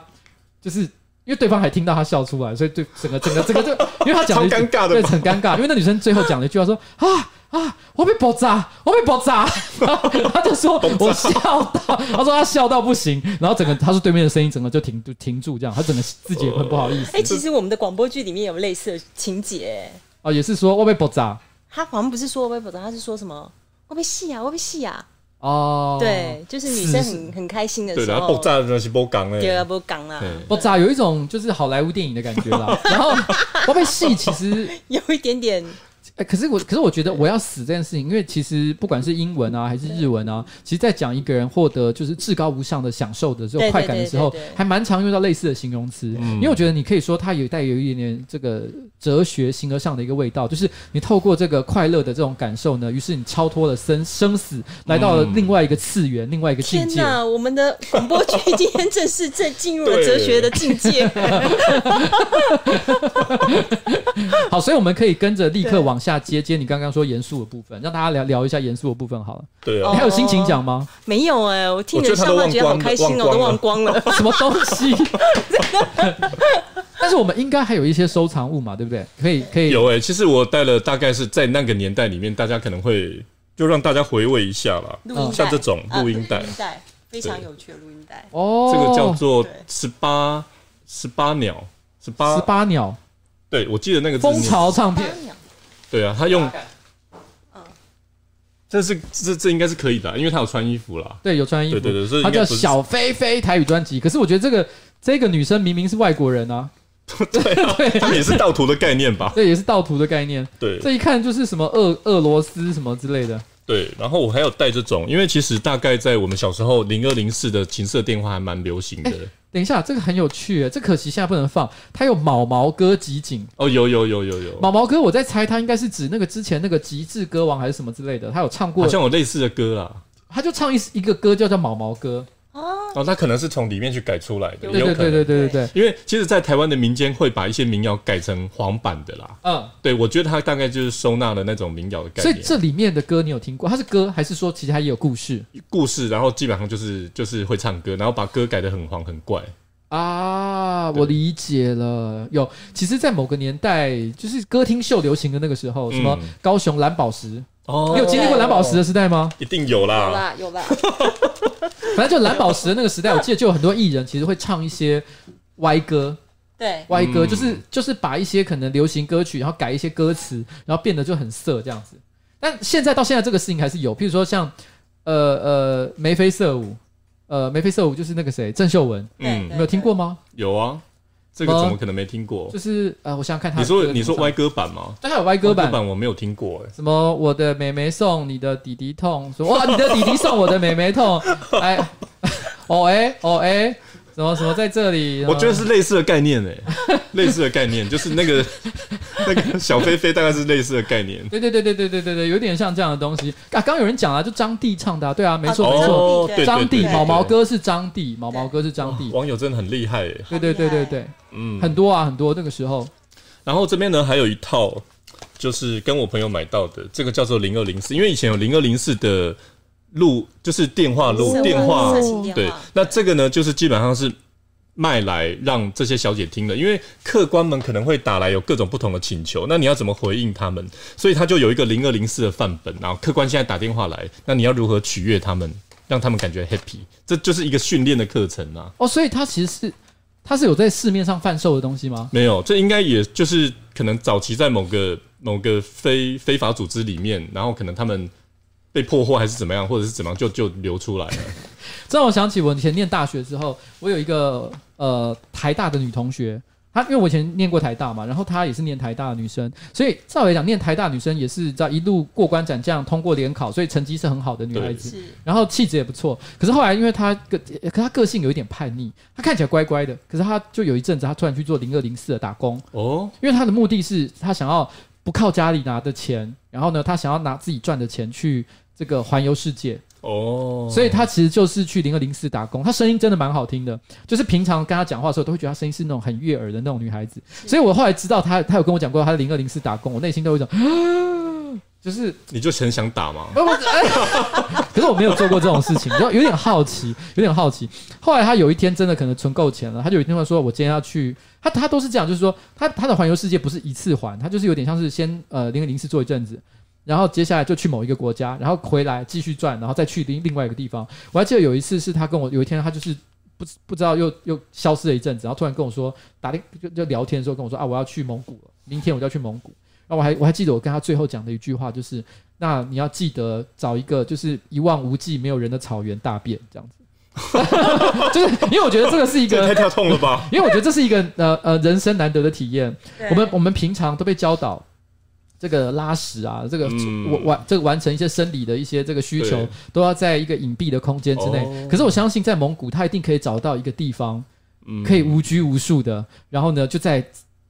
B: 就是。因为对方还听到她笑出来，所以对整个整个整个就，因为她讲了一句
C: 超尴尬的吧
B: 对，很尴尬。因为那女生最后讲了一句话说啊，啊，我被爆炸，我被爆炸。然后他就说，我笑到，他说他笑到不行，然后整个他说对面的声音整个就停住停住，这样他整个自己也很不好意思
A: 哎、其实我们的广播剧里面有类似的情节，
B: 啊，也是说我被爆炸
A: 他好像不是说我被保障，他是说什么我被戏啊，我被戏啊，
B: 哦，
A: 对，就是女生
B: 是
A: 很很开心的
C: 对，
A: 时
C: 然
A: 候，
C: 后爆炸那是不讲
A: 对啊，
C: 哎，
A: 不讲啦，
B: 爆炸有一种就是好莱坞电影的感 觉啦。然后我被戏其实
A: 有一点点
B: 哎、可是我，可是我觉得我要死这件事情，因为其实不管是英文
A: 嗯
B: 啊，还是日文啊，其实在讲一个人获得就是至高无上的享受的这种
A: 对
B: 快感的时候
A: 对对对，对
B: 还蛮常用到类似的形容词。因为我觉得你可以说它有带有一点点这个哲学形而上的一个味道，就是你透过这个快乐的这种感受呢，于是你超脱了生生死，来到了另外一个次元、另外一个境
A: 天
B: 界。
A: 哪！我们的广播剧今天正式正进入了
C: 对
A: 哲 学的境界，
B: 好，所以我们可以跟着立刻往下接接你刚刚说严肃的部分，让大家聊聊一下严肃的部分好了。
C: 对啊
A: 哦
B: 你，还有心情讲吗？
A: 没有哎、我听
C: 我
A: 你
C: 觉
A: 的
C: 得
A: 笑
C: 他都
A: 话
C: 忘
A: 觉得好
C: 光了
A: 开心哦、我都忘
C: 忘
A: 光了。
B: 什么东西？但是我们应该还有一些收藏物嘛，对不对？可以，可以。
C: 有哎、其实我带了，大概是在那个年代里面，大家可能会就让大家回味一下啦。
A: 录 音带，
C: 像这种
A: 啊
C: 录音带
A: 录音带非常有趣的录音带。
B: 哦，
C: 这个叫做
A: 对
C: 十八十八鸟十八
B: 十八鸟
C: 对我记得那个字是
B: 蜂巢唱片，
C: 对啊，他用。这是这这应该是可以的啊，因为他有穿衣服啦。
B: 对，有穿衣服，
C: 对对对所以
B: 它
C: 应该
B: 叫
C: 不是
B: 小飞飞台语专辑。可是我觉得这个这个女生明明是外国人啊，
C: 他们也是盗图的概念 吧？
B: 这也是盗图的概念。
C: 对
B: 这一看就是什么俄俄罗斯什么之类的。
C: 对，然后我还有带这种，因为其实大概在我们小时候，零二零四的情色电话还蛮流行的。
B: 等一下，这个很有趣耶，这可惜现在不能放。它有毛毛歌集锦，
C: 哦，有有有有有，
B: 毛毛歌我在猜它应该是指那个之前那个极致歌王还是什么之类的，他有唱过
C: 好，像有类似的歌啦。
B: 他就唱一一个歌叫做毛毛歌。
C: 哦，他可能是从里面去改出来的，也
B: 对
C: 有
B: 对
C: 可
B: 对对
C: 能。
B: 对对对，
C: 因为其实，在台湾的民间会把一些民谣改成黄版的啦。
B: 嗯，
C: 对，我觉得他大概就是收纳了那种民谣的概
B: 所以
C: 念、
B: 这里面的歌你有听过？它是歌还是说其实它也有故事
C: 故事，然后基本上就是就是会唱歌，然后把歌改得很黄很怪。
B: 啊？我理解了，有。其实，在某个年代，就是歌厅秀流行的那个时候，什
C: 嗯
B: 么高雄蓝宝石，你
C: 哦
B: 有经历过蓝宝石的时代吗？
C: 一定有啦。
A: 有啦有啦，
B: 反正就蓝宝石的那个时代，我记得就有很多艺人其实会唱一些歪歌，
A: 对，
B: 歪
C: 嗯
B: 歌就是就是把一些可能流行歌曲，然后改一些歌词，然后变得就很色这样子。但现在到现在这个事情还是有，譬如说像呃呃眉飞色舞，呃眉飞色舞就是那个谁郑秀文，
A: 嗯，
C: 嗯
B: 你没有听过吗？
C: 有啊，这个怎么可能没听过
B: 就？是呃我想想看他
C: 你
B: 的歌
C: 说
B: 怎么
C: 你说
B: 唱
C: 歪，哦歌版吗？
B: 但他有歪歌
C: 歪
B: 版，
C: 版我没有听过哎、
B: 什么我的妹妹送你的弟弟痛，说啊哇你的弟弟送我的妹妹痛，哎 哦哎哦哎，什么什么在这里，
C: 我觉得是类似的概 念诶、类似的概念就是那个 那个小飞飞大概是类似的概念。
B: 对对对对对对对对，有点像这样的东西。啊，刚刚有人讲了，就张帝唱的、啊，对啊，没错、
A: 哦
B: 没错，
A: 对
C: 对
B: 张帝
C: 对对
B: 毛毛
C: 对
B: 哥是张帝，毛毛哥是张帝，
C: 网友真的很厉害欸诶、
B: 对对对对对，嗯，很多啊很多那个时候
C: 然后这边呢还有一套，就是跟我朋友买到的，这个叫做零二零四，因为以前有零二零四的录，就是电话录
A: 色
C: 电话
A: 色情电话
C: 对，那这个呢，就是基本上是卖来让这些小姐听的，因为客官们可能会打来有各种不同的请求，那你要怎么回应他们？所以他就有一个零二零四的范本，然后客官现在打电话来，那你要如何取悦他们，让他们感觉 happy？这就是一个训练的课程啊。
B: 哦，所以他其实是他是有在市面上贩售的东西吗？
C: 没有，这应该也就是可能早期在某个某个非非法组织里面，然后可能他们被破获还是怎么样，或者是怎么样就就流出来了。
B: 这让我想起我以前念大学之后，我有一个呃台大的女同学，她因为我以前念过台大嘛，然后她也是念台大的女生，所以照理讲念台大女生也是在一路过关斩将，通过联考，所以成绩是很好的女孩子
A: 对是，
B: 然后气质也不错。可是后来因为她个，可她个性有一点叛逆，她看起来乖乖的，可是她就有一阵子她突然去做零二零四的打工，
C: 哦，
B: 因为他的目的是他想要不靠家里拿的钱，然后呢，他想要拿自己赚的钱去这个环游世界，
C: 哦，
B: 所以他其实就是去零二零四打工。他声音真的蛮好听的，就是平常跟他讲话的时候，都会觉得他声音是那种很悦耳的那种女孩子。所以我后来知道他，他有跟我讲过他在零二零四打工，我内心都有一种， 就是
C: 你就很想打吗？
B: 不不，哎 可是我没有做过这种事情，然后有点好奇，有点好奇。后来他有一天真的可能存够钱了，他就有一天会说：“我今天要去。他”他都是这样，就是说他他的环游世界不是一次环，他就是有点像是先呃零零四做一阵子，然后接下来就去某一个国家，然后回来继续赚，然后再去另另外一个地方。我还记得有一次是他跟我有一天他就是不知不知道又又消失了一阵子，然后突然跟我说打电就就聊天的时候跟我说啊我要去蒙古了，明天我就要去蒙古。然后我还我还记得我跟他最后讲的一句话就是，那你要记得找一个就是一望无际没有人的草原大便这样子， 就是因为我觉得这个是一
C: 这
B: 个
C: 也太跳痛了 吧！
B: 因为我觉得这是一个呃呃人生难得的体验。我们我们平常都被教导这个拉屎啊，这个
C: 嗯
B: 完完这个完成一些生理的一些这个需求
C: 对，
B: 都要在一个隐蔽的空间之内
C: 哦。
B: 可是我相信，在蒙古，他一定可以找到一个地方，
C: 嗯
B: 可以无拘无束的，然后呢就在。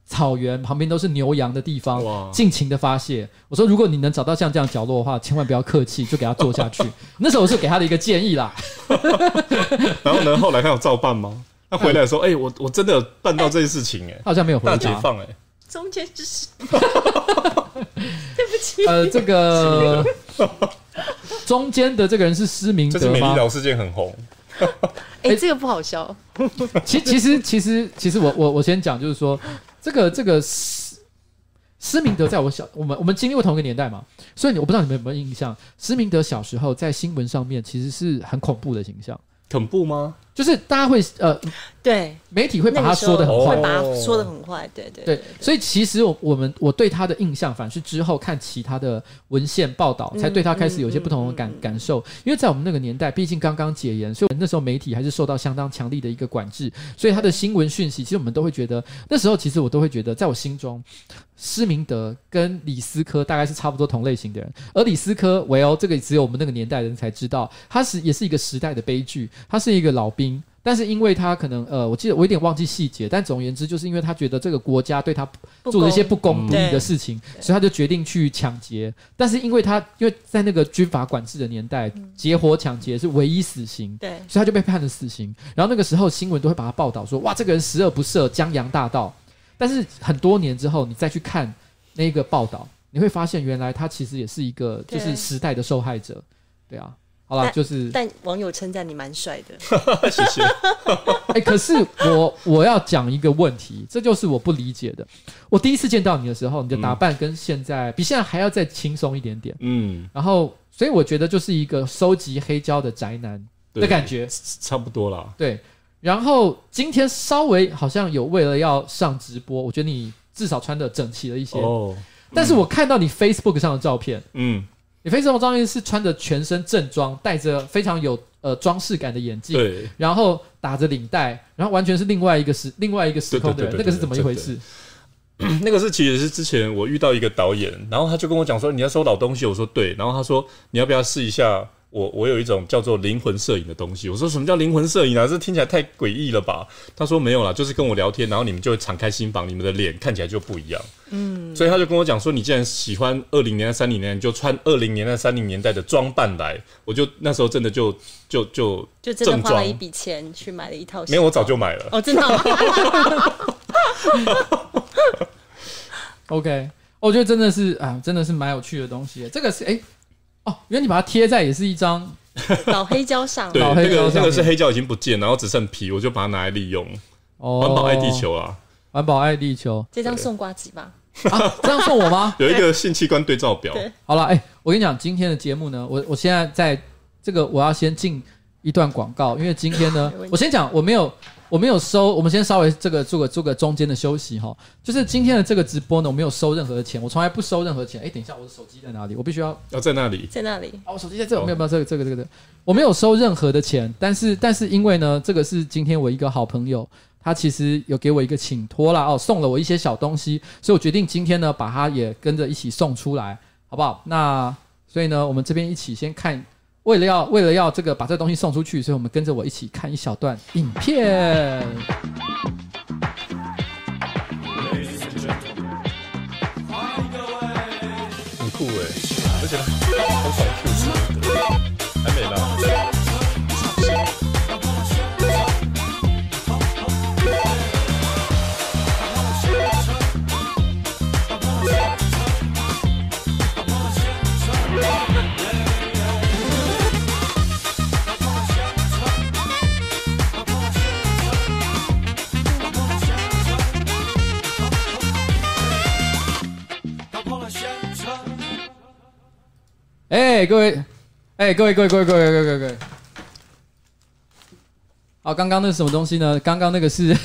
B: 草原旁边都是牛羊的地方
C: 哇，
B: 尽情的发泄。我说，如果你能找到像这样角落的话，千万不要客气，就给他做下去。那时候我是给他的一个建议啦。
C: 然后呢，后来他有照办吗？他回来说：“哎、我我真的有办到这件事情、哎，
B: 他好像没有回
C: 大
B: 答。
C: 解放、哎，
A: 中间 就是，对不起，
B: 呃，这个中间的这个人是施明
C: 这是
B: 德
C: 美丽
B: 吗？
C: 岛事件很红，
A: 哎、这个不好笑，
B: 哎其其实其实其实我我我先讲，就是说这个这个施施明德在我小我们我们经历过同一个年代嘛，所以你我不知道你们有没有印象，施明德小时候在新闻上面其实是很恐怖的形象，
C: 恐怖吗？
B: 就是大家会呃
A: 对，
B: 媒体会把他说的
A: 那
B: 很
A: 个时候
B: 坏
A: 会。把
C: 哦
A: 他说的很坏，对对
B: 对，所以其实我我们我对他的印象，反而是之后看其他的文献报道，才对他开始有一些不同的感、感受。因为在我们那个年代，毕竟刚刚解严，所以我们那时候媒体还是受到相当强力的一个管制，所以他的新闻讯息，其实我们都会觉得，那时候其实我都会觉得，在我心中，施明德跟李斯科大概是差不多同类型的人，而李斯科，喂哦，这个只有我们那个年代的人才知道，他是也是一个时代的悲剧，他是一个老兵。但是因为他可能呃，我记得我有点忘记细节，但总而言之，就是因为他觉得这个国家对他
A: 不
B: 做了一些
A: 公
B: 不公不义的
A: 对
B: 事情，所以他就决定去抢劫。但是因为他因为在那个军法管制的年代，
A: 嗯
B: 劫火抢劫是唯一死刑，
A: 对
B: 所以他就被判了死刑。然后那个时候新闻都会把他报道说，哇，这个人十恶不赦，江洋大盗。但是很多年之后，你再去看那个报道，你会发现原来他其实也是一个就
A: 对
B: 是时代的受害者。对啊，好啦，
A: 但
B: 就是
A: 但网友称赞你蛮帅的，
C: 谢谢。
B: 哎、可是我 我要讲一个问题，这就是我不理解的。我第一次见到你的时候，你的打扮跟现在、比现在还要再轻松一点点，
C: 嗯，
B: 然后所以我觉得就是一个收集黑胶的宅男的
C: 对
B: 感觉。
C: 差不多啦。
B: 对，然后今天稍微好像有为了要上直播，我觉得你至少穿的整齐了一些。
C: 哦，
B: 但是我看到你 Facebook 上的照片，
C: 嗯，
B: 你 Facebook 照片是穿着全身正装，戴着非常有呃装饰感的眼镜，
C: 对，
B: 然后打着领带，然后完全是另外一个时另外一个时空的人，
C: 对对对
B: 那
C: 对
B: 个是怎么一回事？
C: 那个是其实是之前我遇到一个导演，然后他就跟我讲说你要收老东西，我说对，然后他说你要不要试一下我我有一种叫做灵魂摄影的东西，我说什么叫灵魂摄影啊？这听起来太诡异了吧？他说没有啦，就是跟我聊天，然后你们就会敞开心房，你们的脸看起来就不一样。嗯，所以他就跟我讲说，你既然喜欢二零年代、三零年代，你就穿二零年代、三零年代的装扮来。我就那时候真的就就就
A: 就真的花了一笔钱去买了一套。
C: 没有，我早就买了。
A: 哦，真的哦、
B: OK，我觉得真的是啊，真的是蛮有趣的东西。这个是哎、哦，原来你把它贴在也是一张
A: 老黑胶上
C: 对，
B: 老哦黑
C: 那
B: 胶
C: 个那
B: 上
C: 个
B: 面
C: 是黑胶已经不见，然后只剩皮，我就把它拿来利用，
B: 哦，
C: 环保爱地，球啊。
B: 环保爱地球
A: 这张送瓜子吧，
B: 啊，这样送我吗？
C: 有一个性器官对照表，
A: 对
B: 好了，哎、我跟你讲，今天的节目呢，我我现在在这个我要先进一段广告，因为今天 呢
A: 没问，题
B: 我先讲，我没有我没有收，我们先稍微这个做个做个中间的休息哈。就是今天的这个直播呢，我没有收任何的钱，我从来不收任何钱。哎、等一下，我的手机在哪里？我必须要
C: 要在那里。
A: 在那里
B: 啊，我手机在这，
C: 哦
B: 没有没有这个这个这个这个，我没有收任何的钱，但是但是因为呢，这个是今天我一个好朋友，他其实有给我一个请托啦，哦，送了我一些小东西，所以我决定今天呢，把它也跟着一起送出来，好不好？那所以呢，我们这边一起先看，为了要为了要这个把这东西送出去，所以我们跟着我一起看一小段影片。
C: 很酷哎、而且很爽 Q 型的，还没啦。
B: 哎、各位，哎、各位，各位，各位，各位，各位，各位各位。好，刚刚那是什么东西呢？刚刚那个是，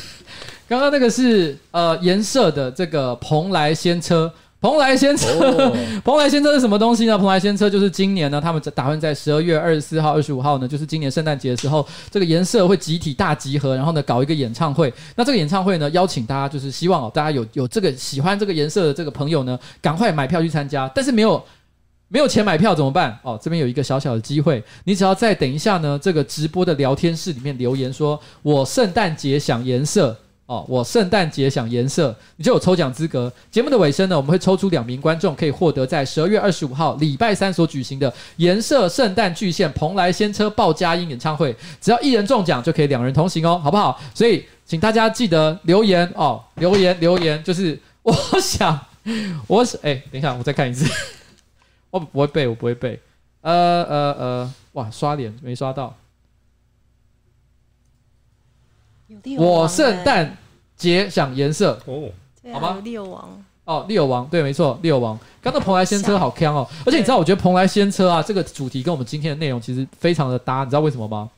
B: 刚刚那个是呃颜色的这个蓬莱仙车。蓬莱仙车， 蓬莱仙车是什么东西呢？蓬莱仙车就是今年呢，他们打算在十二月二十四号、二十五号呢，就是今年圣诞节的时候，这个颜色会集体大集合，然后呢搞一个演唱会。那这个演唱会呢，邀请大家就是希望哦，大家有有这个喜欢这个颜色的这个朋友呢，赶快买票去参加。但是没有没有钱买票怎么办？哦，这边有一个小小的机会，你只要再等一下呢，这个直播的聊天室里面留言说“我圣诞节想颜色”。哦，我圣诞节想颜色，你就有抽奖资格。节目的尾声呢，我们会抽出两名观众，可以获得在十二月二十五号礼拜三所举行的颜色圣诞巨献蓬莱仙车鲍佳音演唱会。只要一人中奖，就可以两人同行哦，好不好？所以请大家记得留言哦，留言留言，就是我想，我想，哎、等一下，我再看一次。我哦不会背，我不会背。呃呃呃，哇，刷脸没刷到。
A: 有利有王
B: 我
A: 欸
B: 圣诞节想颜色
C: 哦，
A: 对啊
B: 好吗
A: 有利有王，
B: 哦，利友王对，没错，利友王。刚刚蓬莱仙车好看哦，而且你知道，我觉得蓬莱仙车啊，这个主题跟我们今天的内容其实非常的搭，你知道为什么吗？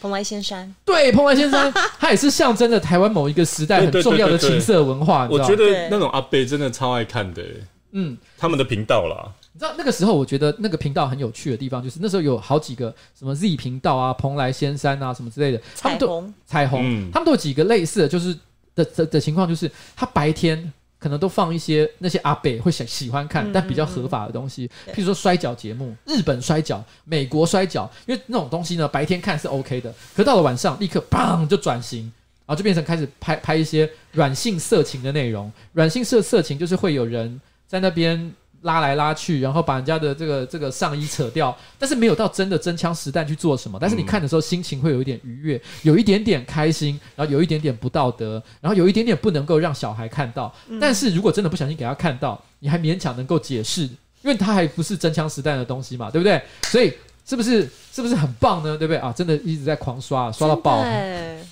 A: 蓬莱仙山，
B: 对，蓬莱 仙车它也是象征着台湾某一个时代很
C: 对对对
B: 重要的
C: 对对
B: 情色文化，你
C: 我
B: 知道
C: 觉
B: 吗？
C: 得
A: 对
C: 那种阿贝真的超爱看的，欸
B: 嗯，
C: 他们的频道啦。
B: 你知道那个时候，我觉得那个频道很有趣的地方，就是那时候有好几个什么 Z 频道啊、蓬莱仙山啊什么之类的，他
A: 彩
B: 们都
A: 虹，
B: 彩虹，
C: 嗯
B: 他们都有几个类似的，就是的的的情况，就是他白天可能都放一些那些阿北会想喜欢看，但比较合法的东西，
A: 对
B: 譬如说摔跤节目，日本摔跤、美国摔跤，因为那种东西呢，白天看是 OK 的，可到了晚上立刻砰就转型。然后就变成开始拍拍一些软性色情的内容，软性色色情就是会有人在那边拉来拉去，然后把人家的这个这个上衣扯掉，但是没有到真的真枪实弹去做什么。但是你看的时候，心情会有一点愉悦，有一点点开心，然后有一点点不道德，然后有一点点不能够让小孩看到。
A: 嗯
B: 但是如果真的不小心给他看到，你还勉强能够解释，因为他还不是真枪实弹的东西嘛，对不对？所以是不是是不是很棒呢？对不对啊？真的一直在狂刷，刷到爆
A: 真。的欸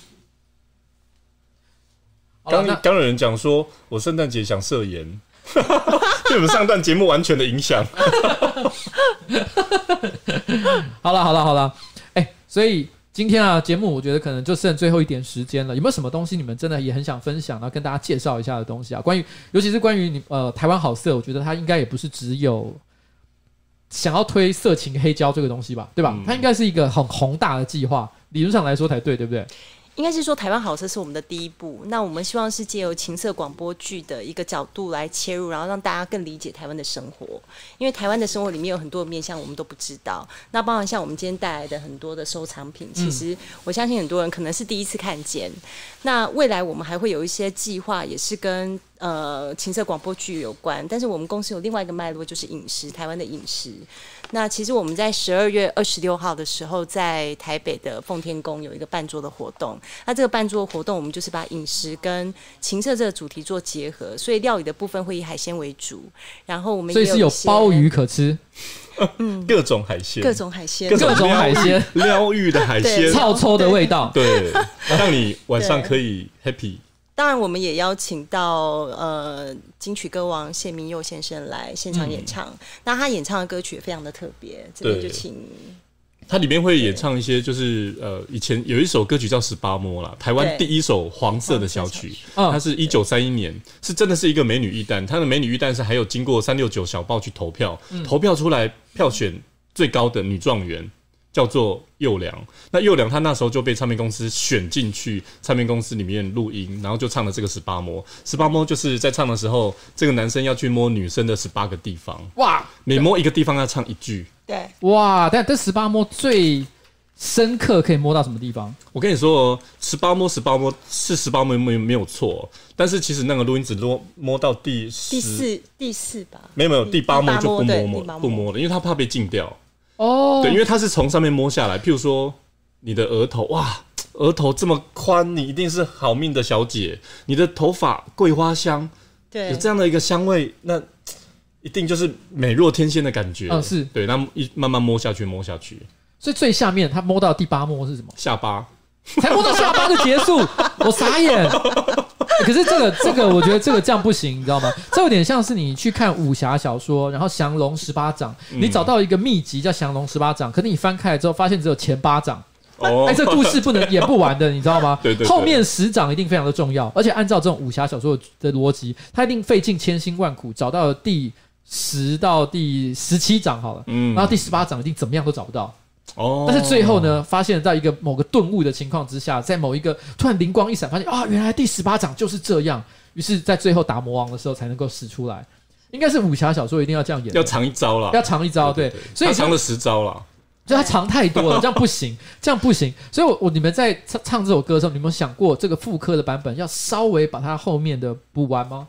B: 好了
C: 刚
B: 那
C: 刚有人讲说，我圣诞节想设 盐，对我们上段节目完全的影响。
B: 好了，好了，好了，哎、所以今天啊，节目我觉得可能就剩最后一点时间了。有没有什么东西你们真的也很想分享，然后跟大家介绍一下的东西啊？关于，尤其是关于你呃台湾好色，我觉得它应该也不是只有想要推色情黑胶这个东西吧，对吧？
A: 嗯
B: 它应该是一个很宏大的计划，理论上来说才对，对不对？
A: 应该是说台湾好车是我们的第一步。那我们希望是借由情色广播剧的一个角度来切入，然后让大家更理解台湾的生活，因为台湾的生活里面有很多的面向我们都不知道。那包含像我们今天带来的很多的收藏品，其实我相信很多人可能是第一次看见。那未来我们还会有一些计划，也是跟呃情色广播剧有关，但是我们公司有另外一个脉络，就是饮食，台湾的饮食。那其实我们在十二月二十六号的时候，在台北的奉天宫有一个办桌的活动。那这个办桌活动，我们就是把饮食跟情色这个主题做结合，所以料理的部分会以海鲜为主，然后我们
B: 所以
A: 也
B: 是
A: 有
B: 有
A: 一些
B: 鲍鱼可吃，
C: 各种海鲜，
A: 各种海鲜
C: 各，
B: 各种海鲜，
C: 疗愈的海鲜
A: 对，
B: 臭臭的 味道。
C: 对，让你晚上可以 happy。
A: 当然，我们也邀请到呃金曲歌王谢明佑先生来现场演唱。那他演唱的歌曲也非常的特别，这边
C: 对
A: 就请
F: 它里面会演唱一些，就是呃，以前有一首歌曲叫《十八摸》啦，台湾第
A: 对
F: 一首黄色的小曲，
B: 嗯
F: 它是一九三一年，是真的是一个美女预诞，它的美女预诞是还有经过三六九小报去投票，投票出来票选最高的女状元叫做幼良，那幼良她那时候就被唱片公司选进去唱片公司里面录音，然后就唱了这个《十八摸》，《十八摸》就是在唱的时候，这个男生要去摸女生的十八个地方，
B: 哇
F: 每摸一个地方要唱一句。
A: 对
B: 哇！但这十八摸最深刻可以摸到什么地方？
F: 我跟你说哦，十八摸十八摸是十八摸没有没有错，但是其实那个录音只摸摸到第十
A: 第，四第四吧，
F: 没有没有第八摸就不
A: 对
F: 摸
A: 第
F: 摸
A: 八
F: 不摸了，因为他怕被禁掉。
B: 哦，
F: 对，因为他是从上面摸下来，譬如说你的额头，哇，额头这么宽，你一定是好命的小姐。你的头发桂花香，
A: 对
F: 有这样的一个香味，那一定就是美若天仙的感觉。
B: 嗯是
F: 对，那一慢慢摸下去，摸下去，
B: 所以最下面他摸到第八摸是什么？
F: 下巴。
B: 才摸到下巴就结束，我傻眼。欸可是这个这个，我觉得这个这样不行，你知道吗？这有点像是你去看武侠小说，然后降龙十八掌，
C: 嗯
B: 你找到一个秘籍叫降龙十八掌，可是你翻开来之后发现只有前八掌，
C: 哦
B: 哎，这故事不 能演不完的，你知道吗？
C: 对对对
B: 后面十掌一定非常的重要，而且按照这种武侠小说的逻辑，他一定费尽千辛万苦找到了第十到第十七掌好了，
C: 嗯
B: 然后第十八掌一定怎么样都找不到，
C: 哦，
B: 但是最后呢，发现在一个某个顿悟的情况之下，在某一个突然灵光一闪，发现啊，原来第十八掌就是这样。于是，在最后打魔王的时候才能够使出来，应该是武侠小说一定要这样演的，
C: 要藏一招啦，
B: 要藏一招，对，所以这
C: 他
B: 样
C: 藏了十招啦。
B: 就他长太多 了，这样不行，这样不行。所以我，我你们在唱唱这首歌的时候，你们有想过这个副歌的版本要稍微把它后面的补完吗？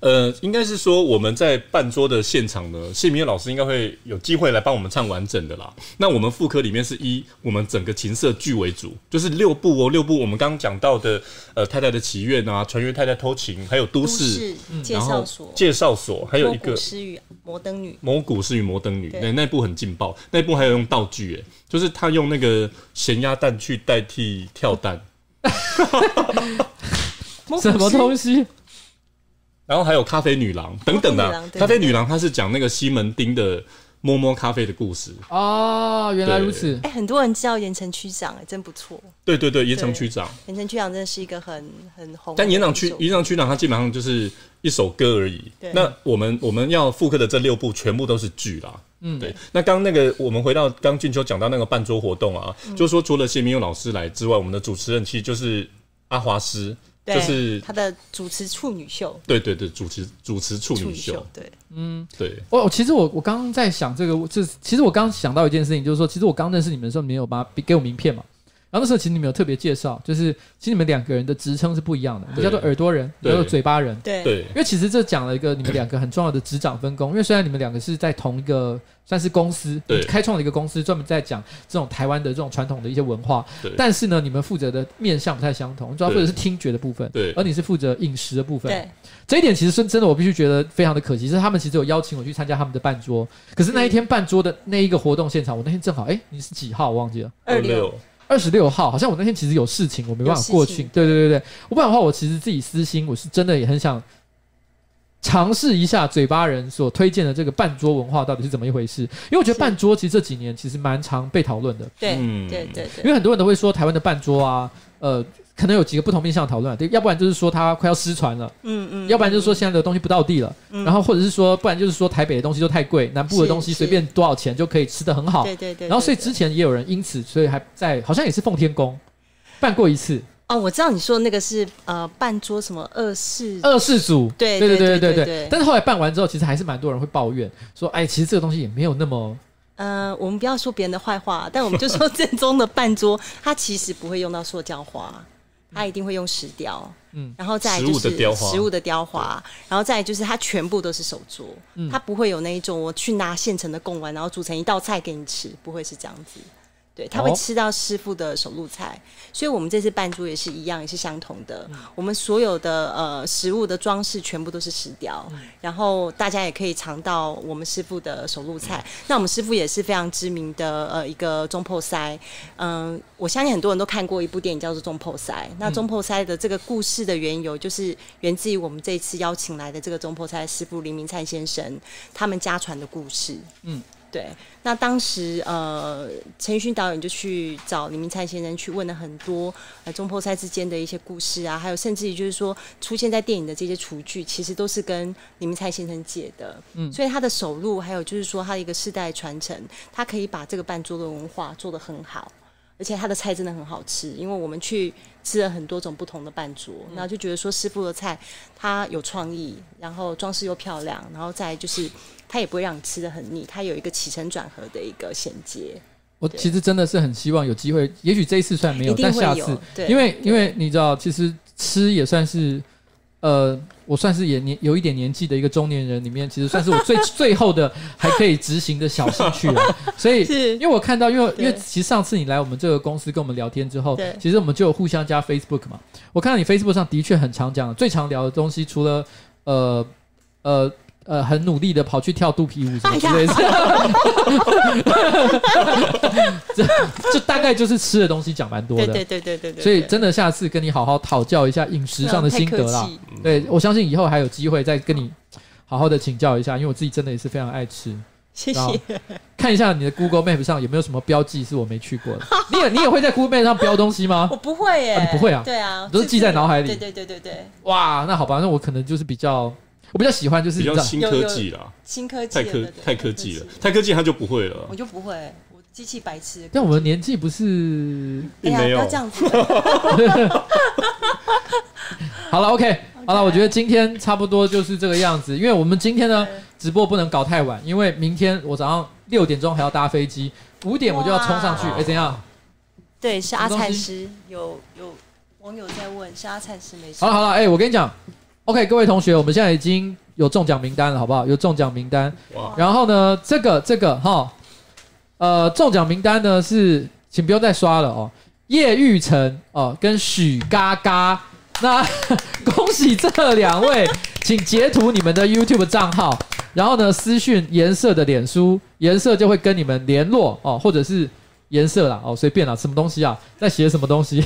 C: 呃，应该是说我们在办桌的现场呢，谢明月老师应该会有机会来帮我们唱完整的啦。那我们副科里面是以我们整个琴瑟剧为主，就是六部哦，六部我们刚刚讲到的，呃，太太的祈愿啊，船员太太偷情，还有都
A: 都
C: 市
A: 市介
C: 然
A: 绍
C: 后
A: 所、
C: 介绍所，还有一个
A: 古诗与摩登女，
C: 蒙古是与摩登女，
A: 对
C: 那那部很劲爆，那部还有用道具，哎，就是他用那个咸鸭蛋去代替跳蛋，
A: 蒙古
B: 什么
A: 诗
B: 东西？
C: 然后还有咖啡女郎等等的啊、
A: 咖啡女郎对
C: 咖啡女郎她是讲那个西门町的摸摸咖啡的故事，
B: 哦，原来如此。
A: 哎、很多人知道盐城区长、哎，真不错。
C: 对对对，盐城区长。
A: 盐城区长真的是一个很很红的一首，
C: 但延长区延长区长他基本上就是一首歌而已
A: 对。
C: 那我们我们要复刻的这六部全部都是剧啦。嗯，对。那刚那个我们回到刚俊秋讲到那个办桌活动啊，
A: 嗯
C: 就是说除了谢明佑老师来之外，我们的主持人其实就是阿华师，
A: 对
C: 就是
A: 他的主持处女秀，
C: 对对对，主持主持处
A: 处
C: 女
A: 女秀
C: 秀，，
A: 对，
C: 对，
B: 我哦其实我我刚刚在想这个，这其实我刚想到一件事情，就是说，其实我刚认识你们的时候，你们有把给我名片嘛？然后那时候其实你们有特别介绍，就是其实你们两个人的职称是不一样的，你
C: 对
B: 叫做耳朵人，你
C: 对
B: 叫做嘴巴人。
A: 对
C: 对
B: 因为其实这讲了一个你们两个很重要的职掌分工，因为虽然你们两个是在同一个算是公司，
C: 对
B: 开创了一个公司，专门在讲这种台湾的这种传统的一些文化
C: 对，
B: 但是呢，你们负责的面向不太相同，你主要负责是听觉的部分，
C: 对
B: 而你是负责饮食的部分，
A: 对，
B: 这一点其实是真的，我必须觉得非常的可惜，是他们其实有邀请我去参加他们的办桌，可是那一天办桌的那一个活动现场，我那天正好，哎，你是几号？我忘记了。
A: 二
C: 六
A: 流，
B: 二十六号，好像我那天其实有事情，我没办法过
A: 有事
B: 去
A: 情。
B: 对对对对，我不然的话，我其实自己私心，我是真的也很想尝试一下嘴巴人所推荐的这个半桌文化到底是怎么一回事。因为我觉得
A: 是
B: 半桌其实这几年其实蛮常被讨论的，
A: 对、
C: 嗯
A: 对对对
B: 因为很多人都会说台湾的半桌啊，呃，可能有几个不同面向的讨论，对要不然就是说它快要失传了，
A: 嗯嗯，
B: 要不然就是说现在的东西不到地了，然后或者是说，不然就是说台北的东西都太贵，南部的
A: 是
B: 东西
A: 嗯是
B: 随便多少钱就可以吃得很好。
A: 嗯对对对，
B: 哦然后所以
A: 对
B: 之前也有人因此，所以还在好像也是奉天宫办过一次
A: 哦，我知道你说那个是呃半桌什么二四，
B: 二世祖，
A: 对对
B: 对对
A: 对
B: 对
A: 对
B: 对
A: 对。
B: 但是后来办完之后，其实还是蛮多人会抱怨说，哎，其实这个东西也没有那么
A: 呃，我们不要说别人的坏话，但我们就说正宗的半桌， 它其实不会用到塑胶花，它一定会用石雕，
B: 嗯
A: 嗯，然后再来
C: 食
A: 就
C: 物的
A: 是
C: 雕花
A: 食物的雕花，然后再来就是它全部都是手做，
B: 嗯
A: 它不会有那一种我去拿现成的贡丸，然后煮成一道菜给你吃，不会是这样子。对，他会
B: 哦
A: 吃到师傅的手路菜，所以我们这次扮猪也是一样，也是相同的。我们所有的呃食物的装饰全部都是石雕，然后大家也可以尝到我们师傅的手路菜。那我们师傅也是非常知名的呃一个中破塞，嗯、我相信很多人都看过一部电影叫做《中破塞》。那中破塞的这个故事的缘由，就是源自于我们这一次邀请来的这个中破塞师傅林明灿先生他们家传的故事。对，那当时呃，陈奕迅导演就去找李明灿先生去问了很多呃中破塞之间的一些故事啊，还有甚至于就是说出现在电影的这些厨具，其实都是跟李明灿先生借的。嗯，所以他的手路，还有就是说他的一个世代传承，他可以把这个半桌的文化做得很好。而且他的菜真的很好吃，因为我们去吃了很多种不同的半桌，然后就觉得说师傅的菜它有创意，然后装饰又漂亮，然后再来就是它也不会让你吃的很腻，它有一个起承转合的一个衔接。
B: 我其实真的是很希望有机会，也许这一次虽然没有，
A: 一定
B: 但
A: 会
B: 下
A: 有
B: 次，
A: 对
B: 因为因为你知道，其实吃也算是，呃，我算是也年有一点年纪的一个中年人里面，其实算是我 最最后的还可以执行的小兴趣了。所以，
A: 是
B: 因为我看到，因为因
A: 对
B: 为其实上次你来我们这个公司跟我们聊天之后
A: 对，
B: 其实我们就有互相加 Facebook 嘛。我看到你 Facebook 上的确很常讲，最常聊的东西除了呃呃呃很努力的跑去跳肚皮舞
A: 哎
B: 什么之类的，这 这大概就是吃的东西讲蛮多
A: 对
B: 的。
A: 对对对对对，
B: 所以
A: 对
B: 真的下次跟你好好讨教一下饮食上的心得
A: 不要太
B: 啦
A: 客气。
B: 对，我相信以后还有机会再跟你好好的请教一下，因为我自己真的也是非常爱吃。
A: 谢
B: 然后
A: 谢。
B: 看一下你的 Google Map 上有没有什么标记是我没去过的。 你也你也会在 Google Map 上标东西吗
A: 我？不会耶、
B: 啊你不会啊
A: 对啊，
B: 你都是记在脑海里
A: 对对对对对，
B: 哇，那好吧，那我可能就是比较，我比较喜欢就是
F: 比较
B: 这样
F: 新
A: 有有
F: 科技啦，
A: 新科啊技
F: 太
A: 了
F: 科
A: 对对
F: 太科技了
A: 太，
F: 太科技他就不会了
A: 我，就不会，我机器白痴。
B: 但我们年纪不是
A: 哎
F: 并
A: 呀，不
F: 没有
A: 要。这 样子，
B: 好了，OK，好了，我觉得今天差不多就是这个样子，因为我们今天呢直播不能搞太晚，因为明天我早上六点钟还要搭飞机，五点我就要冲上去。
A: 哇
B: 哎，怎样？
A: 对，是
B: 么
A: 阿
B: 东
A: 灿
B: 西
A: 师，有有网友在问，是阿灿师没事
B: 好了。好了，哎，我跟你讲，OK，各位同学，我们现在已经有中奖名单了，好不好？有中奖名单
F: 哇，
B: 然后呢，这个这个哈，呃，中奖名单呢是，请不用再刷了哦。叶玉成哦，跟许嘎嘎，那恭喜这两位，请截图你们的 YouTube 账号，然后呢私讯颜色的脸书，颜色就会跟你们联络哦，或者是颜色啦哦，随便啦，什么东西啊，在写什么东西，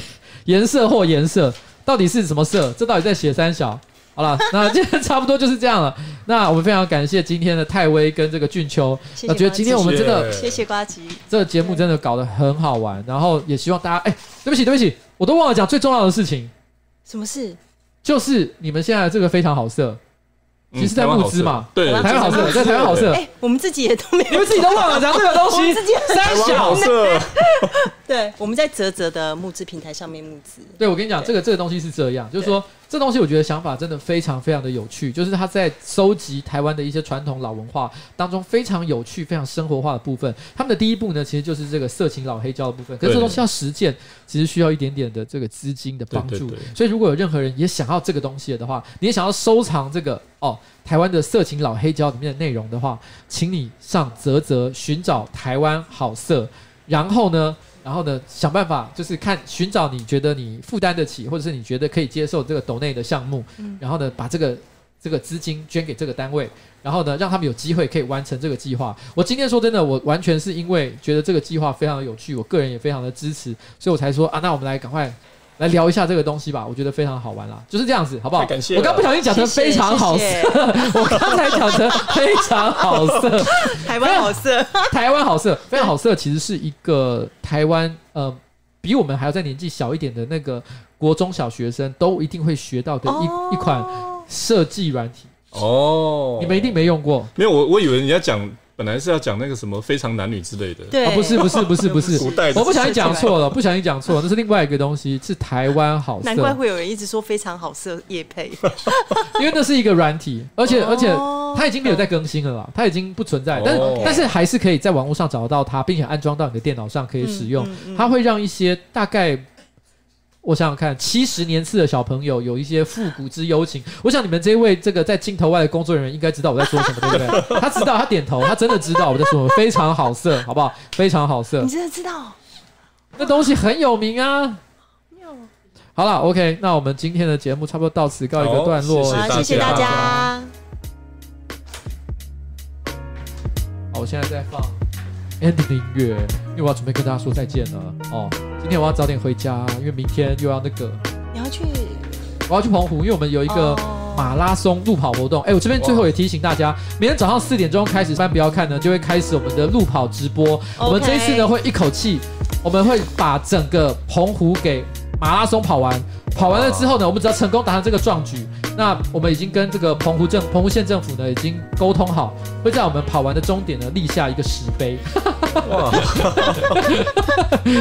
B: 颜色或颜色，到底是什么色？这到底在写三小？好了，那今天差不多就是这样了。那我们非常感谢今天的泰威跟这个俊秋，
A: 谢谢
B: 我觉得今天我们真的
F: 谢
A: 谢谢瓜吉，
B: 这个节目真的搞得很好玩，然后也希望大家，哎、对不起，对不起，我都忘了讲最重要的事情，
A: 什么事？
B: 就是你们现在这个非常好色，
F: 嗯
B: 其实在募资嘛
F: 台湾
B: 台湾
F: 好
B: 好
F: 色对，
B: 色，在台湾好色，
A: 哎，我们自己也都没
B: 你
A: 有
B: 们自己都忘了讲这个东
A: 我
B: 西
A: 们自己，
B: 三
F: 台湾
B: 小
F: 好，色，
A: 对，我们在泽泽的募资平台上面募资，
B: 对我跟你讲，这个这个东西是这样，就是说这东西我觉得想法真的非常非常的有趣，就是他在收集台湾的一些传统老文化当中非常有趣、非常生活化的部分。他们的第一步呢，其实就是这个色情老黑胶的部分，可是这
F: 对
B: 东西要实践，其实需要一点点的这个资金的帮助。
F: 对对对
B: 所以如果有任何人也想要这个东西的话，你也想要收藏这个哦台湾的色情老黑胶里面的内容的话，请你上泽泽寻找台湾好色，然后呢，然后呢，想办法就是看寻找你觉得你负担得起，或者是你觉得可以接受这个抖内的项目，然后呢，把这个这个资金捐给这个单位，然后呢，让他们有机会可以完成这个计划。我今天说真的，我完全是因为觉得这个计划非常有趣，我个人也非常的支持，所以我才说啊，那我们来赶快。来聊一下这个东西吧，我觉得非常好玩啦，就是这样子，好不好？
F: 太哎感谢啊了
B: 我刚不小心讲成非常好色，
A: 谢谢
B: 我刚才讲成非常好色，
A: 台湾好 色，
B: 台湾好色，非常好色，其实是一个台湾呃比我们还要再年纪小一点的那个国中小学生都一定会学到的一、
A: 哦
B: 一款设计软体，
F: 哦，
B: 你们一定没用过
F: 没有我，我以为人家讲本来是要讲那个什么非常男女之类的，
A: 对
B: 啊？不是不是不是不是，
F: 古代的
B: 我不小心讲错了，不小心讲错了，那是另外一个东西，是台湾好色
A: 难，怪会有人一直说非常好色叶配，
B: 因为那是一个软体，而且、
A: 哦
B: 而且它已经没有在更新了啦，它已经不存在，但、
F: 哦
B: 但是还是可以在网络上找得到它，并且安装到你的电脑上可以使用。
A: 嗯嗯嗯
B: 它会让一些大概。我想想看，七十年次的小朋友有一些复古之幽情。我想你们这位这个在镜头外的工作人员应该知道我在说什么，对不对？他知道，他点头，他真的知道我在说什么，非常好色，好不好？非常好色
A: 你，真的知道？
B: 那东西很有名啊。
A: 妙
B: 好了，OK，那我们今天的节目差不多到此告一个
F: 好
B: 段落。
F: 谢
A: 好，谢谢
F: 大
A: 大
F: 家
A: 家。
B: 好，我现在在放 ending 音乐，因为我要准备跟大家说再见了。哦，今天我要早点回家，因为明天又要那个，
A: 你要去
B: 我要去澎湖，因为我们有一个
A: 哦
B: 马拉松路跑活动。哎，我这边最后也提醒大家，明天早上四点钟开始，翻不要看呢，就会开始我们的路跑直播。我们这一次呢，会一口气，我们会把整个澎湖给马拉松跑完。跑完了之后呢，我们只要成功达成这个壮举，那我们已经跟这个澎湖政澎湖县政府呢已经沟通好，会在我们跑完的终点呢立下一个石碑。
F: 哇，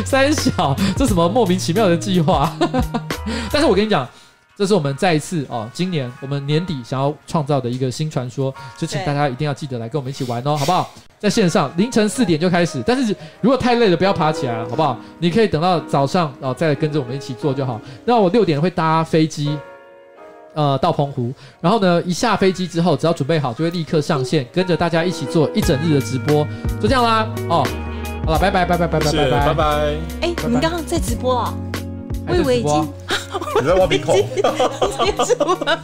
B: 三小，这什么莫名其妙的计划？但是我跟你讲，这是我们再一次哦，今年我们年底想要创造的一个新传说，就请
A: 对
B: 大家一定要记得来跟我们一起玩哦，好不好？在线上凌晨四点就开始，但是如果太累了，不要爬起来了，好不好？你可以等到早上哦，再来跟着我们一起做就好。那我六点会搭飞机，呃，到澎湖，然后呢，一下飞机之后，只要准备好，就会立刻上线，跟着大家一起做一整日的直播，就这样啦。哦，好了，拜拜拜拜拜拜
F: 是，
B: 拜
F: 拜拜，
A: 哎，你们刚刚在直播啊？我以为已经
B: 还在 直播啊
F: 你在挖鼻孔。
A: 结束了。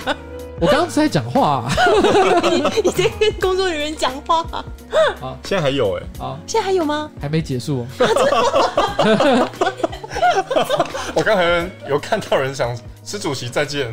B: 我刚刚是在讲 话、啊，
A: 你在跟工作人员讲话，啊
C: 现在还有哎、
B: 好，
A: 现在还有吗？
B: 还没结束哦。
C: 我刚才有看到人想，施主席再见。